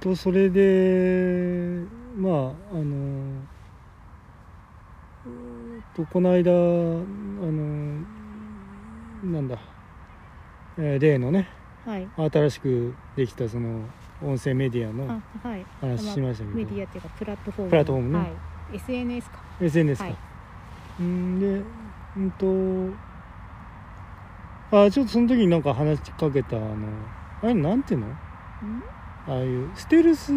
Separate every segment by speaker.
Speaker 1: とそれでまああのうーんとこの間あのなんだ、えー例のね
Speaker 2: はい
Speaker 1: 新しくできたその音声メディアの
Speaker 2: あはい
Speaker 1: 話しましたけど
Speaker 2: メディアっていうかプラットフォーム
Speaker 1: プラットフォームね
Speaker 2: はい SNS か
Speaker 1: SNS か、
Speaker 2: はい
Speaker 1: うんでうんとあちょっとその時になんか話しかけたあのあれなんていうの
Speaker 2: ん
Speaker 1: ああいうステルス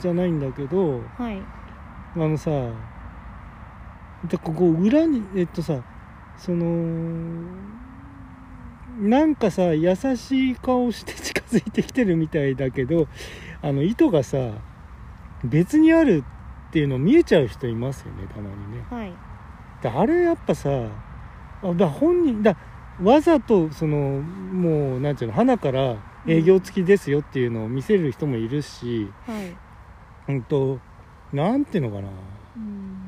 Speaker 1: じゃないんだけど
Speaker 2: はい
Speaker 1: あのさでここ裏にえっとさそのなんかさ優しい顔して近づいてきてるみたいだけどあの糸がさ別にあるっていうの見えちゃう人いますよねたまにね。
Speaker 2: はい
Speaker 1: であれやっぱさあだ本人だわざとそのもうなんていうの花から営業付きですよっていうのを見せる人もいるし、
Speaker 2: はい
Speaker 1: うんとなんていうのかな
Speaker 2: うん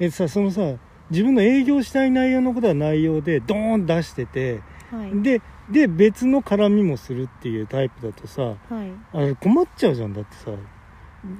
Speaker 1: えさそのさ自分の営業したい内容のことは内容でドーン出してて、
Speaker 2: はい
Speaker 1: でで別の絡みもするっていうタイプだとさ
Speaker 2: はい
Speaker 1: あれ困っちゃうじゃんだってさ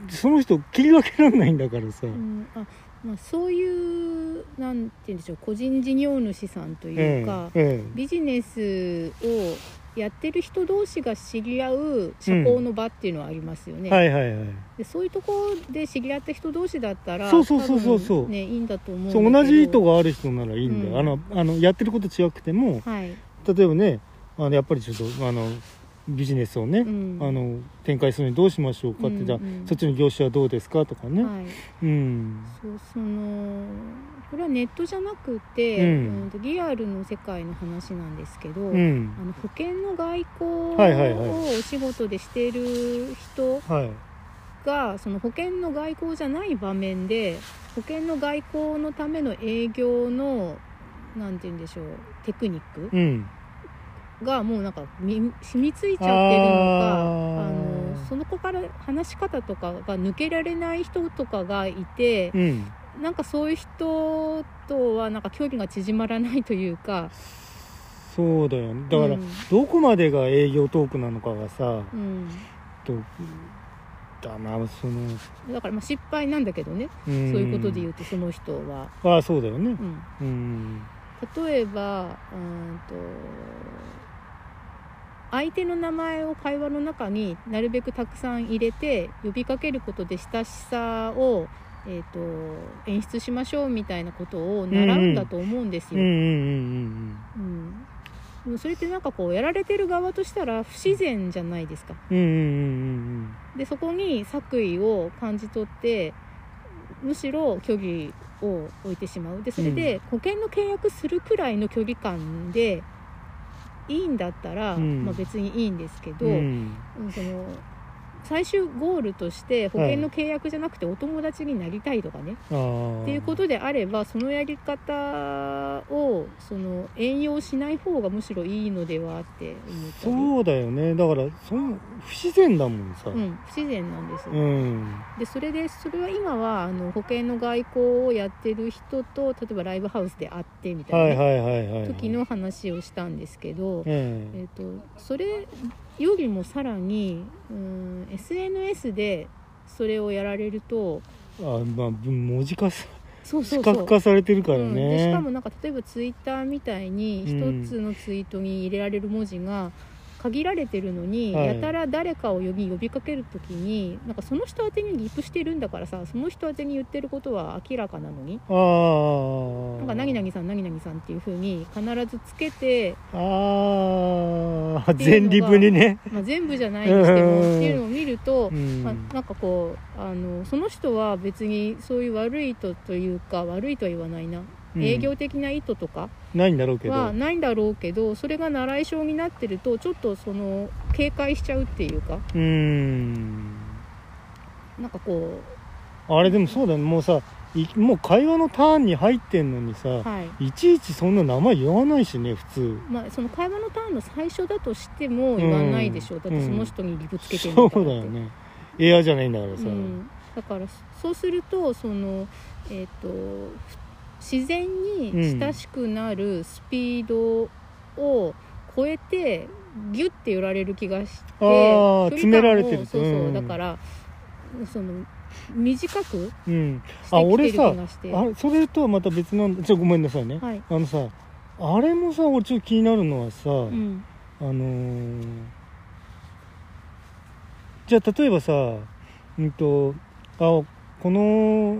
Speaker 1: その人切り分けられないんだからさ、
Speaker 2: うんあまあそういうなんて言うんでしょう個人事業主さんというか、
Speaker 1: うんうん
Speaker 2: ビジネスをやってる人同士が知り合う社交の場っていうのはありますよね、
Speaker 1: はいはいはい
Speaker 2: でそういうところで知り合った人同士だったら
Speaker 1: そうそうそうそうそう
Speaker 2: 多分ね、いいんだと思うんだけ
Speaker 1: そ
Speaker 2: ど
Speaker 1: う同じ意図がある人ならいいんだよ、
Speaker 2: うん
Speaker 1: あのあのやってること違くても
Speaker 2: はい、
Speaker 1: 例えばねあのやっぱりちょっとあのビジネスをね、
Speaker 2: うん
Speaker 1: あの展開するのにどうしましょうかって、じゃあ
Speaker 2: うんうん
Speaker 1: そっちの業種はどうですかとかね、
Speaker 2: は
Speaker 1: う
Speaker 2: い、
Speaker 1: ん
Speaker 2: そうそのこれはネットじゃなくて、
Speaker 1: うん
Speaker 2: うんとリアルの世界の話なんですけど、
Speaker 1: うん
Speaker 2: あの保険の外
Speaker 1: はいはいはい
Speaker 2: 交をお仕事でしている人
Speaker 1: はい
Speaker 2: がその保険の外交じゃない場面で保険の外交のための営業のなんて言うんでしょうテクニック
Speaker 1: うん
Speaker 2: がもうなんかみ染みついちゃってるのか
Speaker 1: あー
Speaker 2: あのその子から話し方とかが抜けられない人とかがいて
Speaker 1: うん
Speaker 2: なんかそういう人とはなんか距離が縮まらないというか
Speaker 1: そうだよねだから、
Speaker 2: うん
Speaker 1: どこまでが営業トークなのかがさ
Speaker 2: うん、
Speaker 1: とだなその、
Speaker 2: だからまあ失敗なんだけどね、
Speaker 1: ん
Speaker 2: そういうことで言うとその人は、
Speaker 1: ああそうだよね
Speaker 2: うん、
Speaker 1: うん
Speaker 2: 例えばうーんと相手の名前を会話の中になるべくたくさん入れて呼びかけることで親しさを、えー、と演出しましょうみたいなことを習うんだと思うんです
Speaker 1: うんうん
Speaker 2: よ。
Speaker 1: う
Speaker 2: うん
Speaker 1: ん
Speaker 2: でもそれってなんかこうやられてる側としたら不自然じゃないですか。
Speaker 1: うんうんうんうん
Speaker 2: でそこに作為を感じ取ってむしろ距離を置いてしまうでそれで保険の契約するくらいの距離感でいいんだったら、
Speaker 1: うん
Speaker 2: まあ、別にいいんですけど、
Speaker 1: うんうん
Speaker 2: うんその最終ゴールとして保険の契約じゃなくてお友達になりたいとかね、
Speaker 1: あー
Speaker 2: っていうことであればそのやり方をその援用しない方がむしろいいのではって思ったり
Speaker 1: そうだよねだからその不自然だもんさ
Speaker 2: うん、不自然なんですよ、
Speaker 1: うん
Speaker 2: でそれでそれは今はあの保険の外交をやってる人と例えばライブハウスで会ってみた
Speaker 1: はいい
Speaker 2: な
Speaker 1: はいはいはい
Speaker 2: 時の話をしたんですけど、
Speaker 1: ええ
Speaker 2: えー、とそれよりもさらにうん SNS でそれをやられると
Speaker 1: あまあ文字化さ
Speaker 2: そうそ
Speaker 1: 視
Speaker 2: うそう
Speaker 1: 覚化されてるから
Speaker 2: うんでし
Speaker 1: ね
Speaker 2: かもなんか例えばツイッターみたいに
Speaker 1: うん
Speaker 2: 一つのツイートに入れられる文字が限られてるのに、
Speaker 1: はい
Speaker 2: やたら誰かを呼び呼びかけるときになんかその人宛てにリプしてるんだからさその人宛てに言ってることは明らかなのに。
Speaker 1: ああ
Speaker 2: なんか何々さん何々さんっていう風に必ずつけて、
Speaker 1: ああ
Speaker 2: っていうの
Speaker 1: 全
Speaker 2: が
Speaker 1: リブにね
Speaker 2: まあ、全部じゃないにしてもっ
Speaker 1: うんうんうん
Speaker 2: ていうのを見ると
Speaker 1: う、ん
Speaker 2: まあ、なんかこうあのその人は別にそういう悪い意図というか悪いとは言わないな、
Speaker 1: うん
Speaker 2: 営業的な意図とか
Speaker 1: ないんだろうけど
Speaker 2: はないんだろうけどそれが習い性になってるとちょっとその警戒しちゃうっていうか
Speaker 1: うん
Speaker 2: なんかこ
Speaker 1: あれでもそうだねもうさいもう会話のターンに入ってんのに
Speaker 2: う
Speaker 1: さ
Speaker 2: はい。
Speaker 1: いちいちそんな名前言わないしね普通
Speaker 2: まあ、その会話のターンの最初だとしても言わないでしょう、
Speaker 1: うん
Speaker 2: だってその人にリブつけてるん
Speaker 1: そ
Speaker 2: だ
Speaker 1: う
Speaker 2: からって
Speaker 1: だよねエアじゃないんだからさ、
Speaker 2: うん、だからそそうするとその、えー、とふ自然に親しくなるスピードを超えて、ギュッて寄られる気がして
Speaker 1: あー
Speaker 2: 距離感も
Speaker 1: 詰められてる
Speaker 2: そうそう、
Speaker 1: うん
Speaker 2: だからその短くして
Speaker 1: うん
Speaker 2: き
Speaker 1: あ
Speaker 2: て
Speaker 1: 俺
Speaker 2: る気
Speaker 1: さ
Speaker 2: がして
Speaker 1: あれそれとはまた別なんだちょごめんなさいね、
Speaker 2: はい、
Speaker 1: あのさあれもさ俺ちょっと気になるのはさ、
Speaker 2: うん
Speaker 1: あのーじゃあ例えばさうんとあこの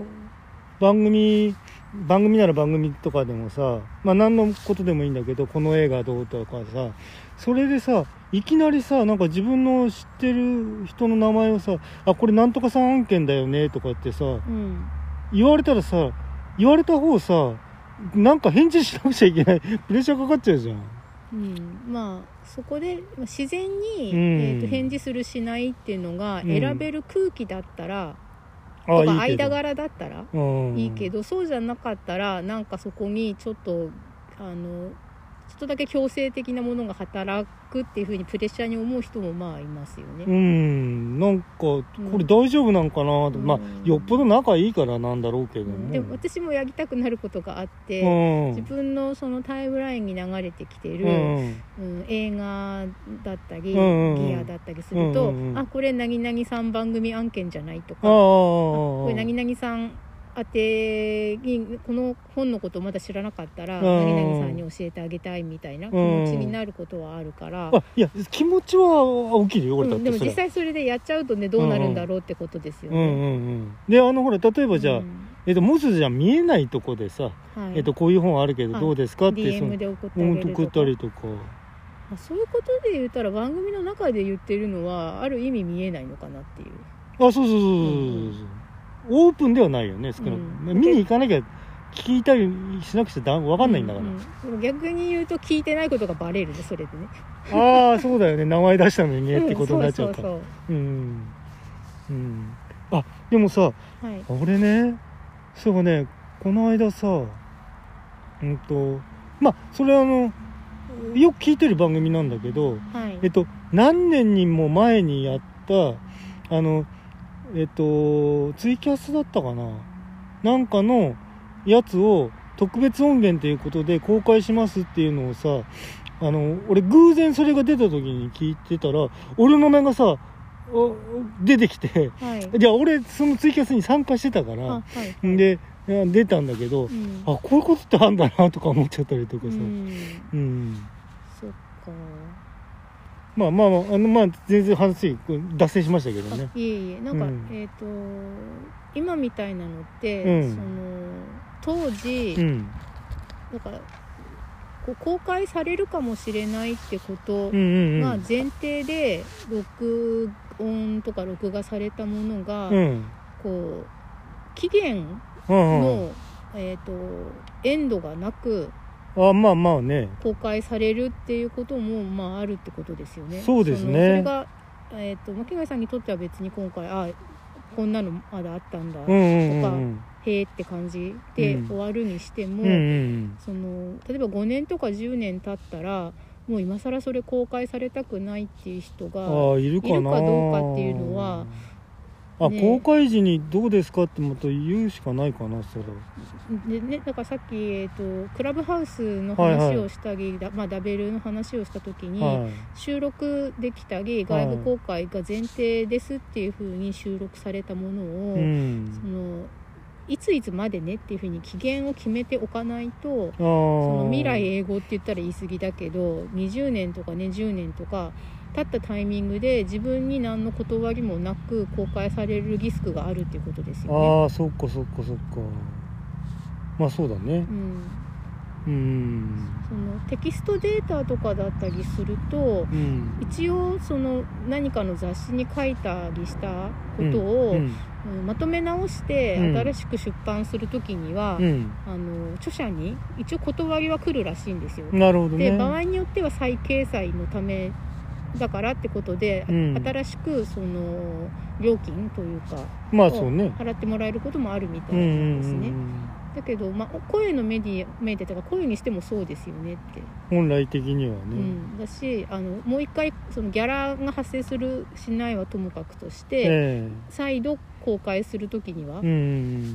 Speaker 1: 番組番組なら番組とかでもさ、まあ、何のことでもいいんだけどこの映画どうとかさそれでさいきなりさなんか自分の知ってる人の名前をさ「あこれなんとかさん案件だよね」とかってさ
Speaker 2: うん、
Speaker 1: 言われたらさ言われた方さなんか返事しなくちゃいけないプレッシャーかかっちゃうじゃん。
Speaker 2: うん、まあそこでまあ自然に、
Speaker 1: うん
Speaker 2: えーと返事するしないっていうのが
Speaker 1: うん
Speaker 2: 選べる空気だったら、
Speaker 1: あ
Speaker 2: とか
Speaker 1: いいけど
Speaker 2: 間柄だったら
Speaker 1: うん
Speaker 2: いいけど、そうじゃなかったらなんかそこにちょっとあのちょっとだけ強制的なものが働くっていうふうにプレッシャーに思う人もまあいますよね。
Speaker 1: うんなんかこれ大丈夫なんかなと、
Speaker 2: うん
Speaker 1: まあよっぽど仲いいからなんだろうけども、
Speaker 2: でも私もやりたくなることがあって、
Speaker 1: うん
Speaker 2: 自分のそのタイムラインに流れてきて
Speaker 1: う
Speaker 2: る、
Speaker 1: ん
Speaker 2: うん映画だったり、
Speaker 1: うんうんうん
Speaker 2: ギアだったりすると、
Speaker 1: うんうんうん
Speaker 2: あこれ何々さん番組案件じゃないと
Speaker 1: あ
Speaker 2: か、
Speaker 1: あ
Speaker 2: あ
Speaker 1: こ
Speaker 2: これ何々さん宛てにこの本のことまだ知らなかったら、
Speaker 1: うん
Speaker 2: 何々さんに教えてあげたいみたいな気持ちになることはあるから、
Speaker 1: あいや気持ちは起きるよ
Speaker 2: う
Speaker 1: 俺だっ
Speaker 2: ん、
Speaker 1: て
Speaker 2: でも
Speaker 1: それ
Speaker 2: 実際それでやっちゃうとねどうなるんだろうってことですよ
Speaker 1: うんうんう
Speaker 2: ね。
Speaker 1: んであのほら例えばじゃあ、
Speaker 2: うん
Speaker 1: えっともうすぐじゃ見えないとこでさ、
Speaker 2: はい
Speaker 1: えっとこういう本あるけど
Speaker 2: はい
Speaker 1: どうですかって、そ
Speaker 2: DM
Speaker 1: の
Speaker 2: で送ってあ
Speaker 1: うん
Speaker 2: げ
Speaker 1: 送
Speaker 2: る
Speaker 1: っ
Speaker 2: と
Speaker 1: た
Speaker 2: か
Speaker 1: りとか
Speaker 2: まあそういうことで言ったら番組の中で言ってるのはある意味見えないのかなっていう
Speaker 1: あそうそうそうそうそう、
Speaker 2: うん
Speaker 1: オープンではないよね少なく、
Speaker 2: うん
Speaker 1: 見に行かなきゃ聞いたりしなくちゃだ分かんないんだから、
Speaker 2: ううでも逆に言うと聞いてないことがバレるねそれでね
Speaker 1: ああそうだよね名前出したのにねってことになっちゃう
Speaker 2: そ
Speaker 1: か
Speaker 2: うそ
Speaker 1: う
Speaker 2: う
Speaker 1: んうんあでもさ
Speaker 2: そうはい
Speaker 1: 俺ねそうねこの間さうんとまあそれあのよく聞いてる番組なんだけど
Speaker 2: はい
Speaker 1: えっと何年にも前にやったあのえっとツイキャスだったかななんかのやつを特別音源ということで公開しますっていうのをさあの俺偶然それが出た時に聞いてたら俺の名前がさお出てきて
Speaker 2: はい
Speaker 1: いや俺そのツイキャスに参加してたか
Speaker 2: あ
Speaker 1: ら
Speaker 2: はい
Speaker 1: でいや出たんだけど
Speaker 2: うん
Speaker 1: あこういうことってあんだなとか思っちゃったりとか
Speaker 2: う
Speaker 1: さ、
Speaker 2: ん
Speaker 1: うん、
Speaker 2: そっか
Speaker 1: まあまあまああのまあ全然話脱線しましたけど
Speaker 2: あ
Speaker 1: ね
Speaker 2: いえいえなんか、
Speaker 1: うん
Speaker 2: えっ、と今みたいなのって、
Speaker 1: うん
Speaker 2: その当時、
Speaker 1: うん
Speaker 2: だからこう公開されるかもしれないってこと
Speaker 1: うんうんうん
Speaker 2: まあ、前提で録音とか録画されたものが、
Speaker 1: うん
Speaker 2: こう期限
Speaker 1: うん
Speaker 2: の、えー、とエンドがなく
Speaker 1: うんあまあまあね
Speaker 2: 公開されるっていうことも、まあ、あるってことですよね。
Speaker 1: そうですね
Speaker 2: のそれが、えー、と巻貝さんにとっては別に今回あこんなのまだあったんだ、
Speaker 1: うん
Speaker 2: へ
Speaker 1: うんうん
Speaker 2: えって感じで
Speaker 1: うん
Speaker 2: 終わるにしても、
Speaker 1: うんうん
Speaker 2: その例えば5年とか10年経ったらもう今更それ公開されたくないっていう人
Speaker 1: あ
Speaker 2: が
Speaker 1: あいるかない
Speaker 2: るかどうかっていうのは
Speaker 1: あ、
Speaker 2: ね
Speaker 1: 公開時にどうですかってまた言うしかないかなそれ
Speaker 2: でね、だからさっき、えー、とクラブハウスの
Speaker 1: は
Speaker 2: 話
Speaker 1: いは
Speaker 2: をしたり、だまあ、ダベルの話をした時に、
Speaker 1: は
Speaker 2: 収録できたり外部公開が前提ですっていうふうに収録されたものを、
Speaker 1: い、う
Speaker 2: そ
Speaker 1: ん、
Speaker 2: のいついつまでねっていうふうに期限を決めておかないと
Speaker 1: あそ
Speaker 2: その
Speaker 1: の
Speaker 2: 未来永劫って言ったら言い過ぎだけど20年とかね10年とか経ったタイミングで自分に何の断りもなく公開されるリスクがあるっていうことですよね。
Speaker 1: ああそっかそっかそっかまあそうだね
Speaker 2: うん
Speaker 1: うん
Speaker 2: そのテキストデータとかだったりすると
Speaker 1: うん
Speaker 2: 一応その何かの雑誌に書いたりしたことを、
Speaker 1: うん
Speaker 2: うんまとめ直して
Speaker 1: うん
Speaker 2: 新しく出版する時には、
Speaker 1: うん
Speaker 2: あの著者に一応断りは来るらしいんですよ。
Speaker 1: なるほどね
Speaker 2: で場合によっては再掲載のためだからってことで、
Speaker 1: うん
Speaker 2: 新しくその料金というか
Speaker 1: まあ
Speaker 2: を
Speaker 1: そうね
Speaker 2: 払ってもらえることもあるみたい
Speaker 1: うん
Speaker 2: なんですね。
Speaker 1: うんうん
Speaker 2: だけど、まあ、声のメディアメディアとか声にしてもそうですよねって。
Speaker 1: 本来的にはね、
Speaker 2: うん、だしあのもう一回そのギャラが発生するしないはともかくとして、
Speaker 1: え
Speaker 2: 再度公開する時には、
Speaker 1: えう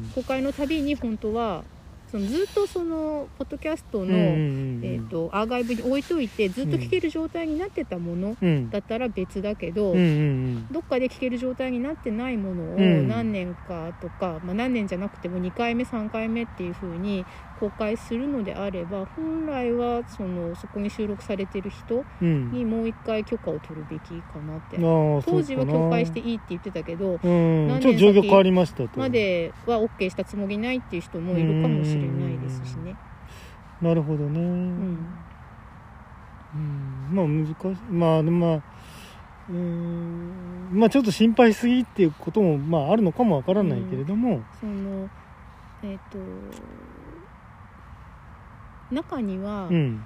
Speaker 1: ん
Speaker 2: 公開のたびに本当はそのずっとそのポッドキャスト
Speaker 1: う
Speaker 2: の、
Speaker 1: んうんうん
Speaker 2: えー、とアーカイブに置いといてずっと聞ける状態になってたもの
Speaker 1: うん
Speaker 2: だったら別だけど、
Speaker 1: うんうん
Speaker 2: どっかで聞ける状態になってないものを
Speaker 1: うん
Speaker 2: 何年かとか、まあ、何年じゃなくても2回目3回目っていう風に公開するのであれば本来はそのそこに収録されてる人
Speaker 1: うん
Speaker 2: にもう一回許可を取るべきかなって
Speaker 1: あー
Speaker 2: 当時は
Speaker 1: そうかな
Speaker 2: 許可していいって言ってたけど
Speaker 1: うん
Speaker 2: 何年先
Speaker 1: ちょっと状況変わりましたと
Speaker 2: までは OK したつもりないっていう人もいるかもしれないですしね。
Speaker 1: なるほどね、う
Speaker 2: うんん
Speaker 1: まあ難しいまあでもまあうーんまあちょっと心配しすぎっていうこともまああるのかもわからないけれども、
Speaker 2: そのえっ、と中には、
Speaker 1: うん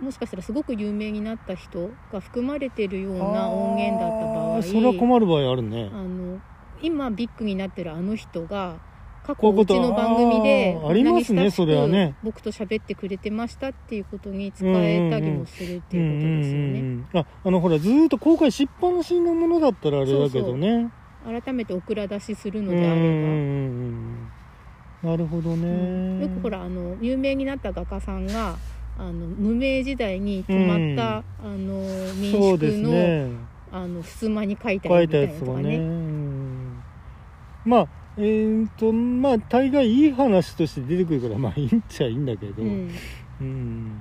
Speaker 2: もしかしたらすごく有名になった人が含まれてるような音源だった場
Speaker 1: あ
Speaker 2: 合
Speaker 1: ーそれは困る場合あるね
Speaker 2: あの今ビッグになってるあの人が過
Speaker 1: こうい
Speaker 2: 去
Speaker 1: う
Speaker 2: う
Speaker 1: こと
Speaker 2: ちの番組で
Speaker 1: あーありますね
Speaker 2: こんなに親しく
Speaker 1: それはね
Speaker 2: 僕と喋ってくれてましたっていうことに使えたりもするっていうことですよね、
Speaker 1: んうんうん、ああのほらずーっと後悔しっぱなしのものだったらあれだけどね
Speaker 2: 改めてお蔵出しする
Speaker 1: う
Speaker 2: の
Speaker 1: ん
Speaker 2: で
Speaker 1: うんうんうんな
Speaker 2: あれば、
Speaker 1: るほどね、
Speaker 2: うんよくほらあの有名になった画家さんがあの無名時代に泊まった、あの民
Speaker 1: そうで
Speaker 2: 宿
Speaker 1: す
Speaker 2: の,、
Speaker 1: ね
Speaker 2: あの襖に書いた
Speaker 1: 書
Speaker 2: り
Speaker 1: い
Speaker 2: み
Speaker 1: た
Speaker 2: たい
Speaker 1: や
Speaker 2: な
Speaker 1: つ
Speaker 2: と
Speaker 1: は
Speaker 2: か
Speaker 1: ね
Speaker 2: ね
Speaker 1: うんまあえー、とまあ大概いい話として出てくるからまあいいっちゃいいんだけど、
Speaker 2: うん、
Speaker 1: うん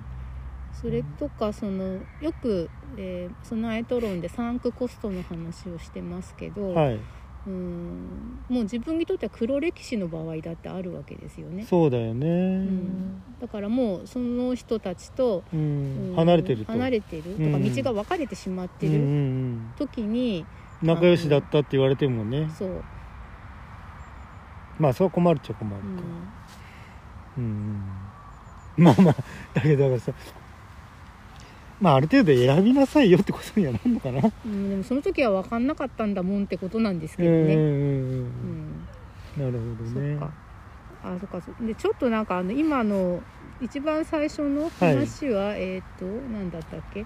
Speaker 2: それとかそのよく、えー、そのアイトロンでサンクコストの話をしてますけど、
Speaker 1: はい、
Speaker 2: うんもう自分にとっては黒歴史の場合だってあるわけですよね
Speaker 1: そうだよね、
Speaker 2: んだからもうその人たちと、
Speaker 1: う
Speaker 2: うんん
Speaker 1: 離れてると
Speaker 2: 離れてるとか、
Speaker 1: うん
Speaker 2: 道が分かれてしまって
Speaker 1: うんうんう
Speaker 2: る
Speaker 1: ん
Speaker 2: 時に、
Speaker 1: 仲良しだったって言われてもね
Speaker 2: そう、
Speaker 1: まあそれは困るっちゃ困る
Speaker 2: う
Speaker 1: か、
Speaker 2: ん、
Speaker 1: うんうんまあまあだけどだからさまあある程度選びなさいよってことにはなるのかな、
Speaker 2: うん、でもその時は分かんなかったんだもんってことなんです
Speaker 1: う
Speaker 2: け
Speaker 1: ん
Speaker 2: ど
Speaker 1: うん
Speaker 2: ね。
Speaker 1: うん
Speaker 2: う
Speaker 1: うん
Speaker 2: ん、
Speaker 1: なるほど
Speaker 2: そ
Speaker 1: ね
Speaker 2: っか。あ、そっか。そでちょっとなんかあの今の一番最初の話は、えっ、となんだったっけ、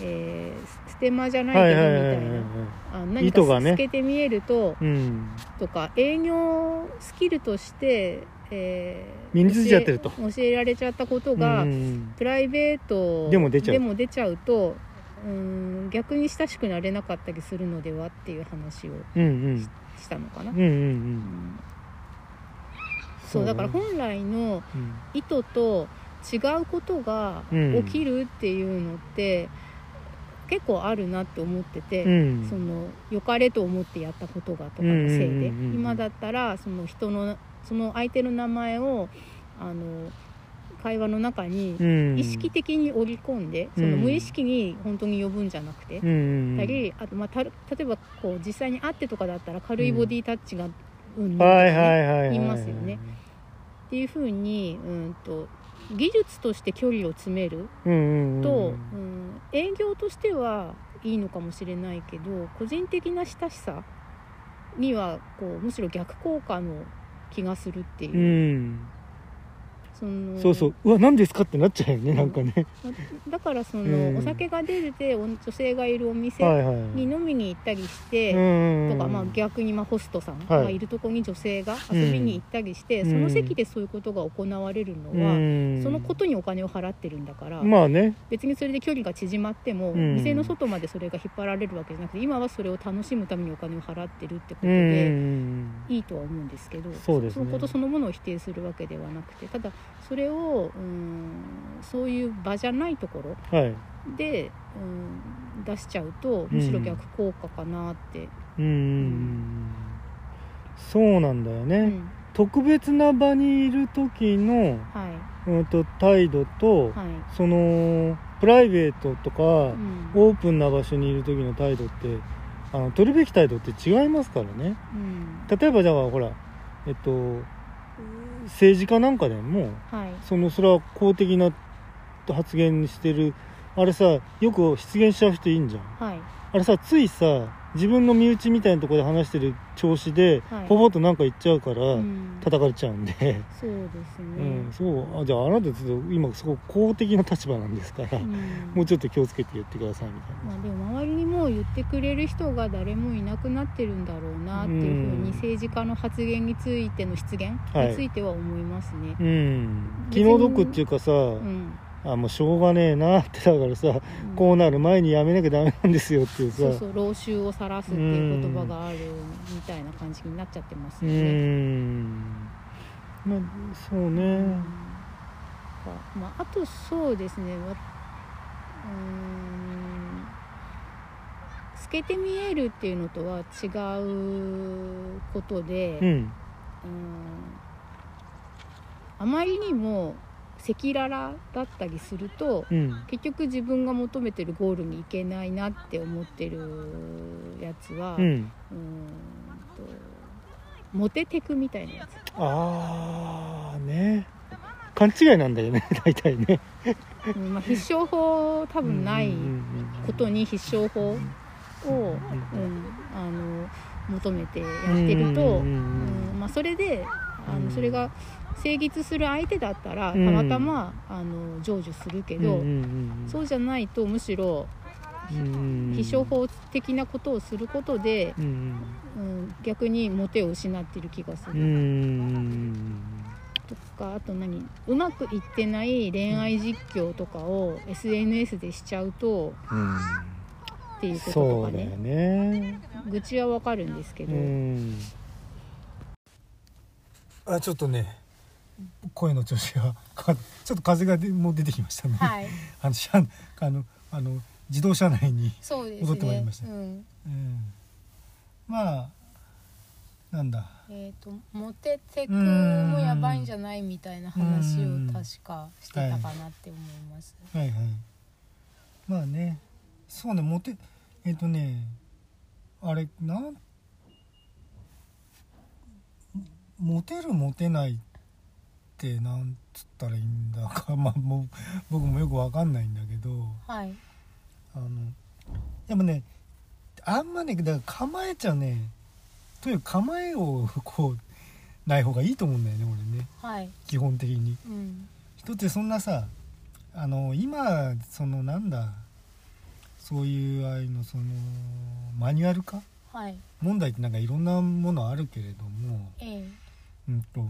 Speaker 2: えー、ステマじゃない
Speaker 1: は
Speaker 2: け
Speaker 1: い
Speaker 2: ど
Speaker 1: は
Speaker 2: み
Speaker 1: いは
Speaker 2: た
Speaker 1: いは
Speaker 2: い
Speaker 1: い
Speaker 2: な。
Speaker 1: は
Speaker 2: あ何か
Speaker 1: 糸がね
Speaker 2: 透けて見えると、
Speaker 1: いうん
Speaker 2: とか営業スキルとして、えー、
Speaker 1: 身についちゃってると
Speaker 2: 教え教えられちゃったことが、
Speaker 1: うん
Speaker 2: プライベート
Speaker 1: でも出ちゃう
Speaker 2: 出ちゃうとうん逆に親しくなれなかったりするのではっていう話を
Speaker 1: うんうん
Speaker 2: したのかな、
Speaker 1: うんうんうん
Speaker 2: んそうだから本来の
Speaker 1: うん
Speaker 2: 意図と違うことが
Speaker 1: うん
Speaker 2: 起きるっていうのって、結構あるなって思ってて。
Speaker 1: うん
Speaker 2: その良かれと思ってやったことがとか
Speaker 1: うんうんうん
Speaker 2: の
Speaker 1: うん
Speaker 2: せいで今だったらその人のその相手の名前をあの会話の中に
Speaker 1: うん
Speaker 2: 意識的に織り込んで、
Speaker 1: うん
Speaker 2: その無意識に本当に呼ぶんじゃなくて、
Speaker 1: うんうん
Speaker 2: たりあと、まあ、た例えばこう実際に会ってとかだったら軽いボディタッチがうんぬんとか
Speaker 1: はい
Speaker 2: ね、
Speaker 1: はいはいはい
Speaker 2: 言いますよねっていうふうにうんと技術として距離を詰める
Speaker 1: うんうんうん
Speaker 2: と、うん営業としてはいいのかもしれないけど個人的な親しさにはこうむしろ逆効果の気がするっていう
Speaker 1: う。ん
Speaker 2: その
Speaker 1: そうそううわ何ですかってなっちゃうよねなんかね
Speaker 2: だからその、
Speaker 1: うん
Speaker 2: お酒が出てお女性がいるお店
Speaker 1: はいはい
Speaker 2: に飲みに行ったりし
Speaker 1: う
Speaker 2: て、
Speaker 1: ん
Speaker 2: とか、まあ、逆にまあホストさん
Speaker 1: い
Speaker 2: がいるとこに女性が遊びに行ったりして、
Speaker 1: うん
Speaker 2: その席でそういうことが行われるの
Speaker 1: う
Speaker 2: は、
Speaker 1: ん
Speaker 2: そのことにお金を払ってるんだから、
Speaker 1: まあね
Speaker 2: 別にそれで距離が縮まっても、
Speaker 1: うん
Speaker 2: 店の外までそれが引っ張られるわけじゃなくて今はそれを楽しむためにお金を払ってるってこと
Speaker 1: う
Speaker 2: で。
Speaker 1: んうん
Speaker 2: いいとは思うんですけど
Speaker 1: そうですね
Speaker 2: のことそのものを否定するわけではなくてただそれをうんそういう場じゃないところ
Speaker 1: うんはい
Speaker 2: で、うん、出しちゃうとむしろ逆効果かなって、
Speaker 1: うんうんうんそうなんだよね、
Speaker 2: うん
Speaker 1: 特別な場にいる時の、
Speaker 2: はい
Speaker 1: うん、と態度と、
Speaker 2: はい、
Speaker 1: そのプライベートと
Speaker 2: う
Speaker 1: か、
Speaker 2: ん
Speaker 1: オープンな場所にいる時の態度ってあの取るべき態度って違いますからね
Speaker 2: うん
Speaker 1: 例えばじゃあほらえっと政治家なんかでも
Speaker 2: はい
Speaker 1: そのそれは公的な発言してるあれさよく失言しちゃう人いいんじゃん
Speaker 2: はい
Speaker 1: あれさついさ自分の身内みたいなところで話してる調子で、
Speaker 2: はい
Speaker 1: ポポッとなんか言っちゃうから、
Speaker 2: うん
Speaker 1: 叩かれちゃうんで、
Speaker 2: そうです
Speaker 1: う
Speaker 2: ね
Speaker 1: ん、そうあじゃああなたちょっと今そこ公的な立場なんですから、
Speaker 2: うん
Speaker 1: もうちょっと気をつけて言ってくださいみたいな、
Speaker 2: まあ、でも周りにもう言ってくれる人が誰もいなくなってるんだろうなっていうふう
Speaker 1: うん
Speaker 2: に政治家の発言についての失言
Speaker 1: はい
Speaker 2: については思いますね。
Speaker 1: うん
Speaker 2: 別
Speaker 1: 気
Speaker 2: に
Speaker 1: の毒っていうかさ、
Speaker 2: うん
Speaker 1: あもうしょうがねえなってだからさ、
Speaker 2: うん
Speaker 1: こうなる前にやめなきゃダメなんですよっていうさ
Speaker 2: そうそう老衆を晒すっていう言葉があるみたいな感じになっちゃってます
Speaker 1: う
Speaker 2: よね。
Speaker 1: んまあそうね、
Speaker 2: うんまあ、あとそうですねわうーん透けて見えるっていうのとは違うことで、
Speaker 1: うん
Speaker 2: うんあまりにも赤裸々だったりすると
Speaker 1: うん
Speaker 2: 結局自分が求めてるゴールに行けないなって思ってるやつは、
Speaker 1: うん
Speaker 2: うーんとモテテクみたいなやつ
Speaker 1: ああね勘違いなんだよね 大体ね
Speaker 2: うんまあ、必勝法多
Speaker 1: 多
Speaker 2: 分ないことに必勝法を、うん
Speaker 1: うん
Speaker 2: あの求めてやってると、
Speaker 1: うんうん
Speaker 2: うんまあ、それであ
Speaker 1: うん
Speaker 2: のそれが成立する相手だったらた
Speaker 1: うん
Speaker 2: またま、あの成就するけ
Speaker 1: うん
Speaker 2: ど、
Speaker 1: うん
Speaker 2: そうじゃないとむしろ
Speaker 1: うん
Speaker 2: 必勝法的なことをすることで、
Speaker 1: うん
Speaker 2: うん、逆にモテを失ってる気がす
Speaker 1: うんう
Speaker 2: る。
Speaker 1: ん
Speaker 2: とかあと何うまくいってない恋愛実況とかを SNS でしちゃうと
Speaker 1: うん
Speaker 2: っていうことと
Speaker 1: そ
Speaker 2: か
Speaker 1: うだよ
Speaker 2: ね
Speaker 1: ね
Speaker 2: 愚痴はわかるんですけど、
Speaker 1: うんあちょっとね声の調子が かちょっと風がでもう出てきましたね、
Speaker 2: はい
Speaker 1: あの車あのあの自動車内に、
Speaker 2: そうですね
Speaker 1: 戻ってまいりました
Speaker 2: うん
Speaker 1: うん、まあなんだ
Speaker 2: えー、とモテテクもやばいんじゃないみたいな話を
Speaker 1: うん
Speaker 2: 確かしてたかなって思います、
Speaker 1: はいはいまあねそうねモテえっ、とねあれなんモテるモテないってなんつったらいいんだか まあもう僕もよくわかんないんだけど
Speaker 2: はい
Speaker 1: あのでもねあんまねだから構えちゃねというか構えをこうない方がいいと思うんだよね俺ね
Speaker 2: はい
Speaker 1: 基本的に。
Speaker 2: うん
Speaker 1: 人ってそんなさあの今そのなんだそういうああいうのそのマニュアル化
Speaker 2: はい
Speaker 1: 問題ってなんかいろんなものあるけれども、
Speaker 2: ええ
Speaker 1: うん、と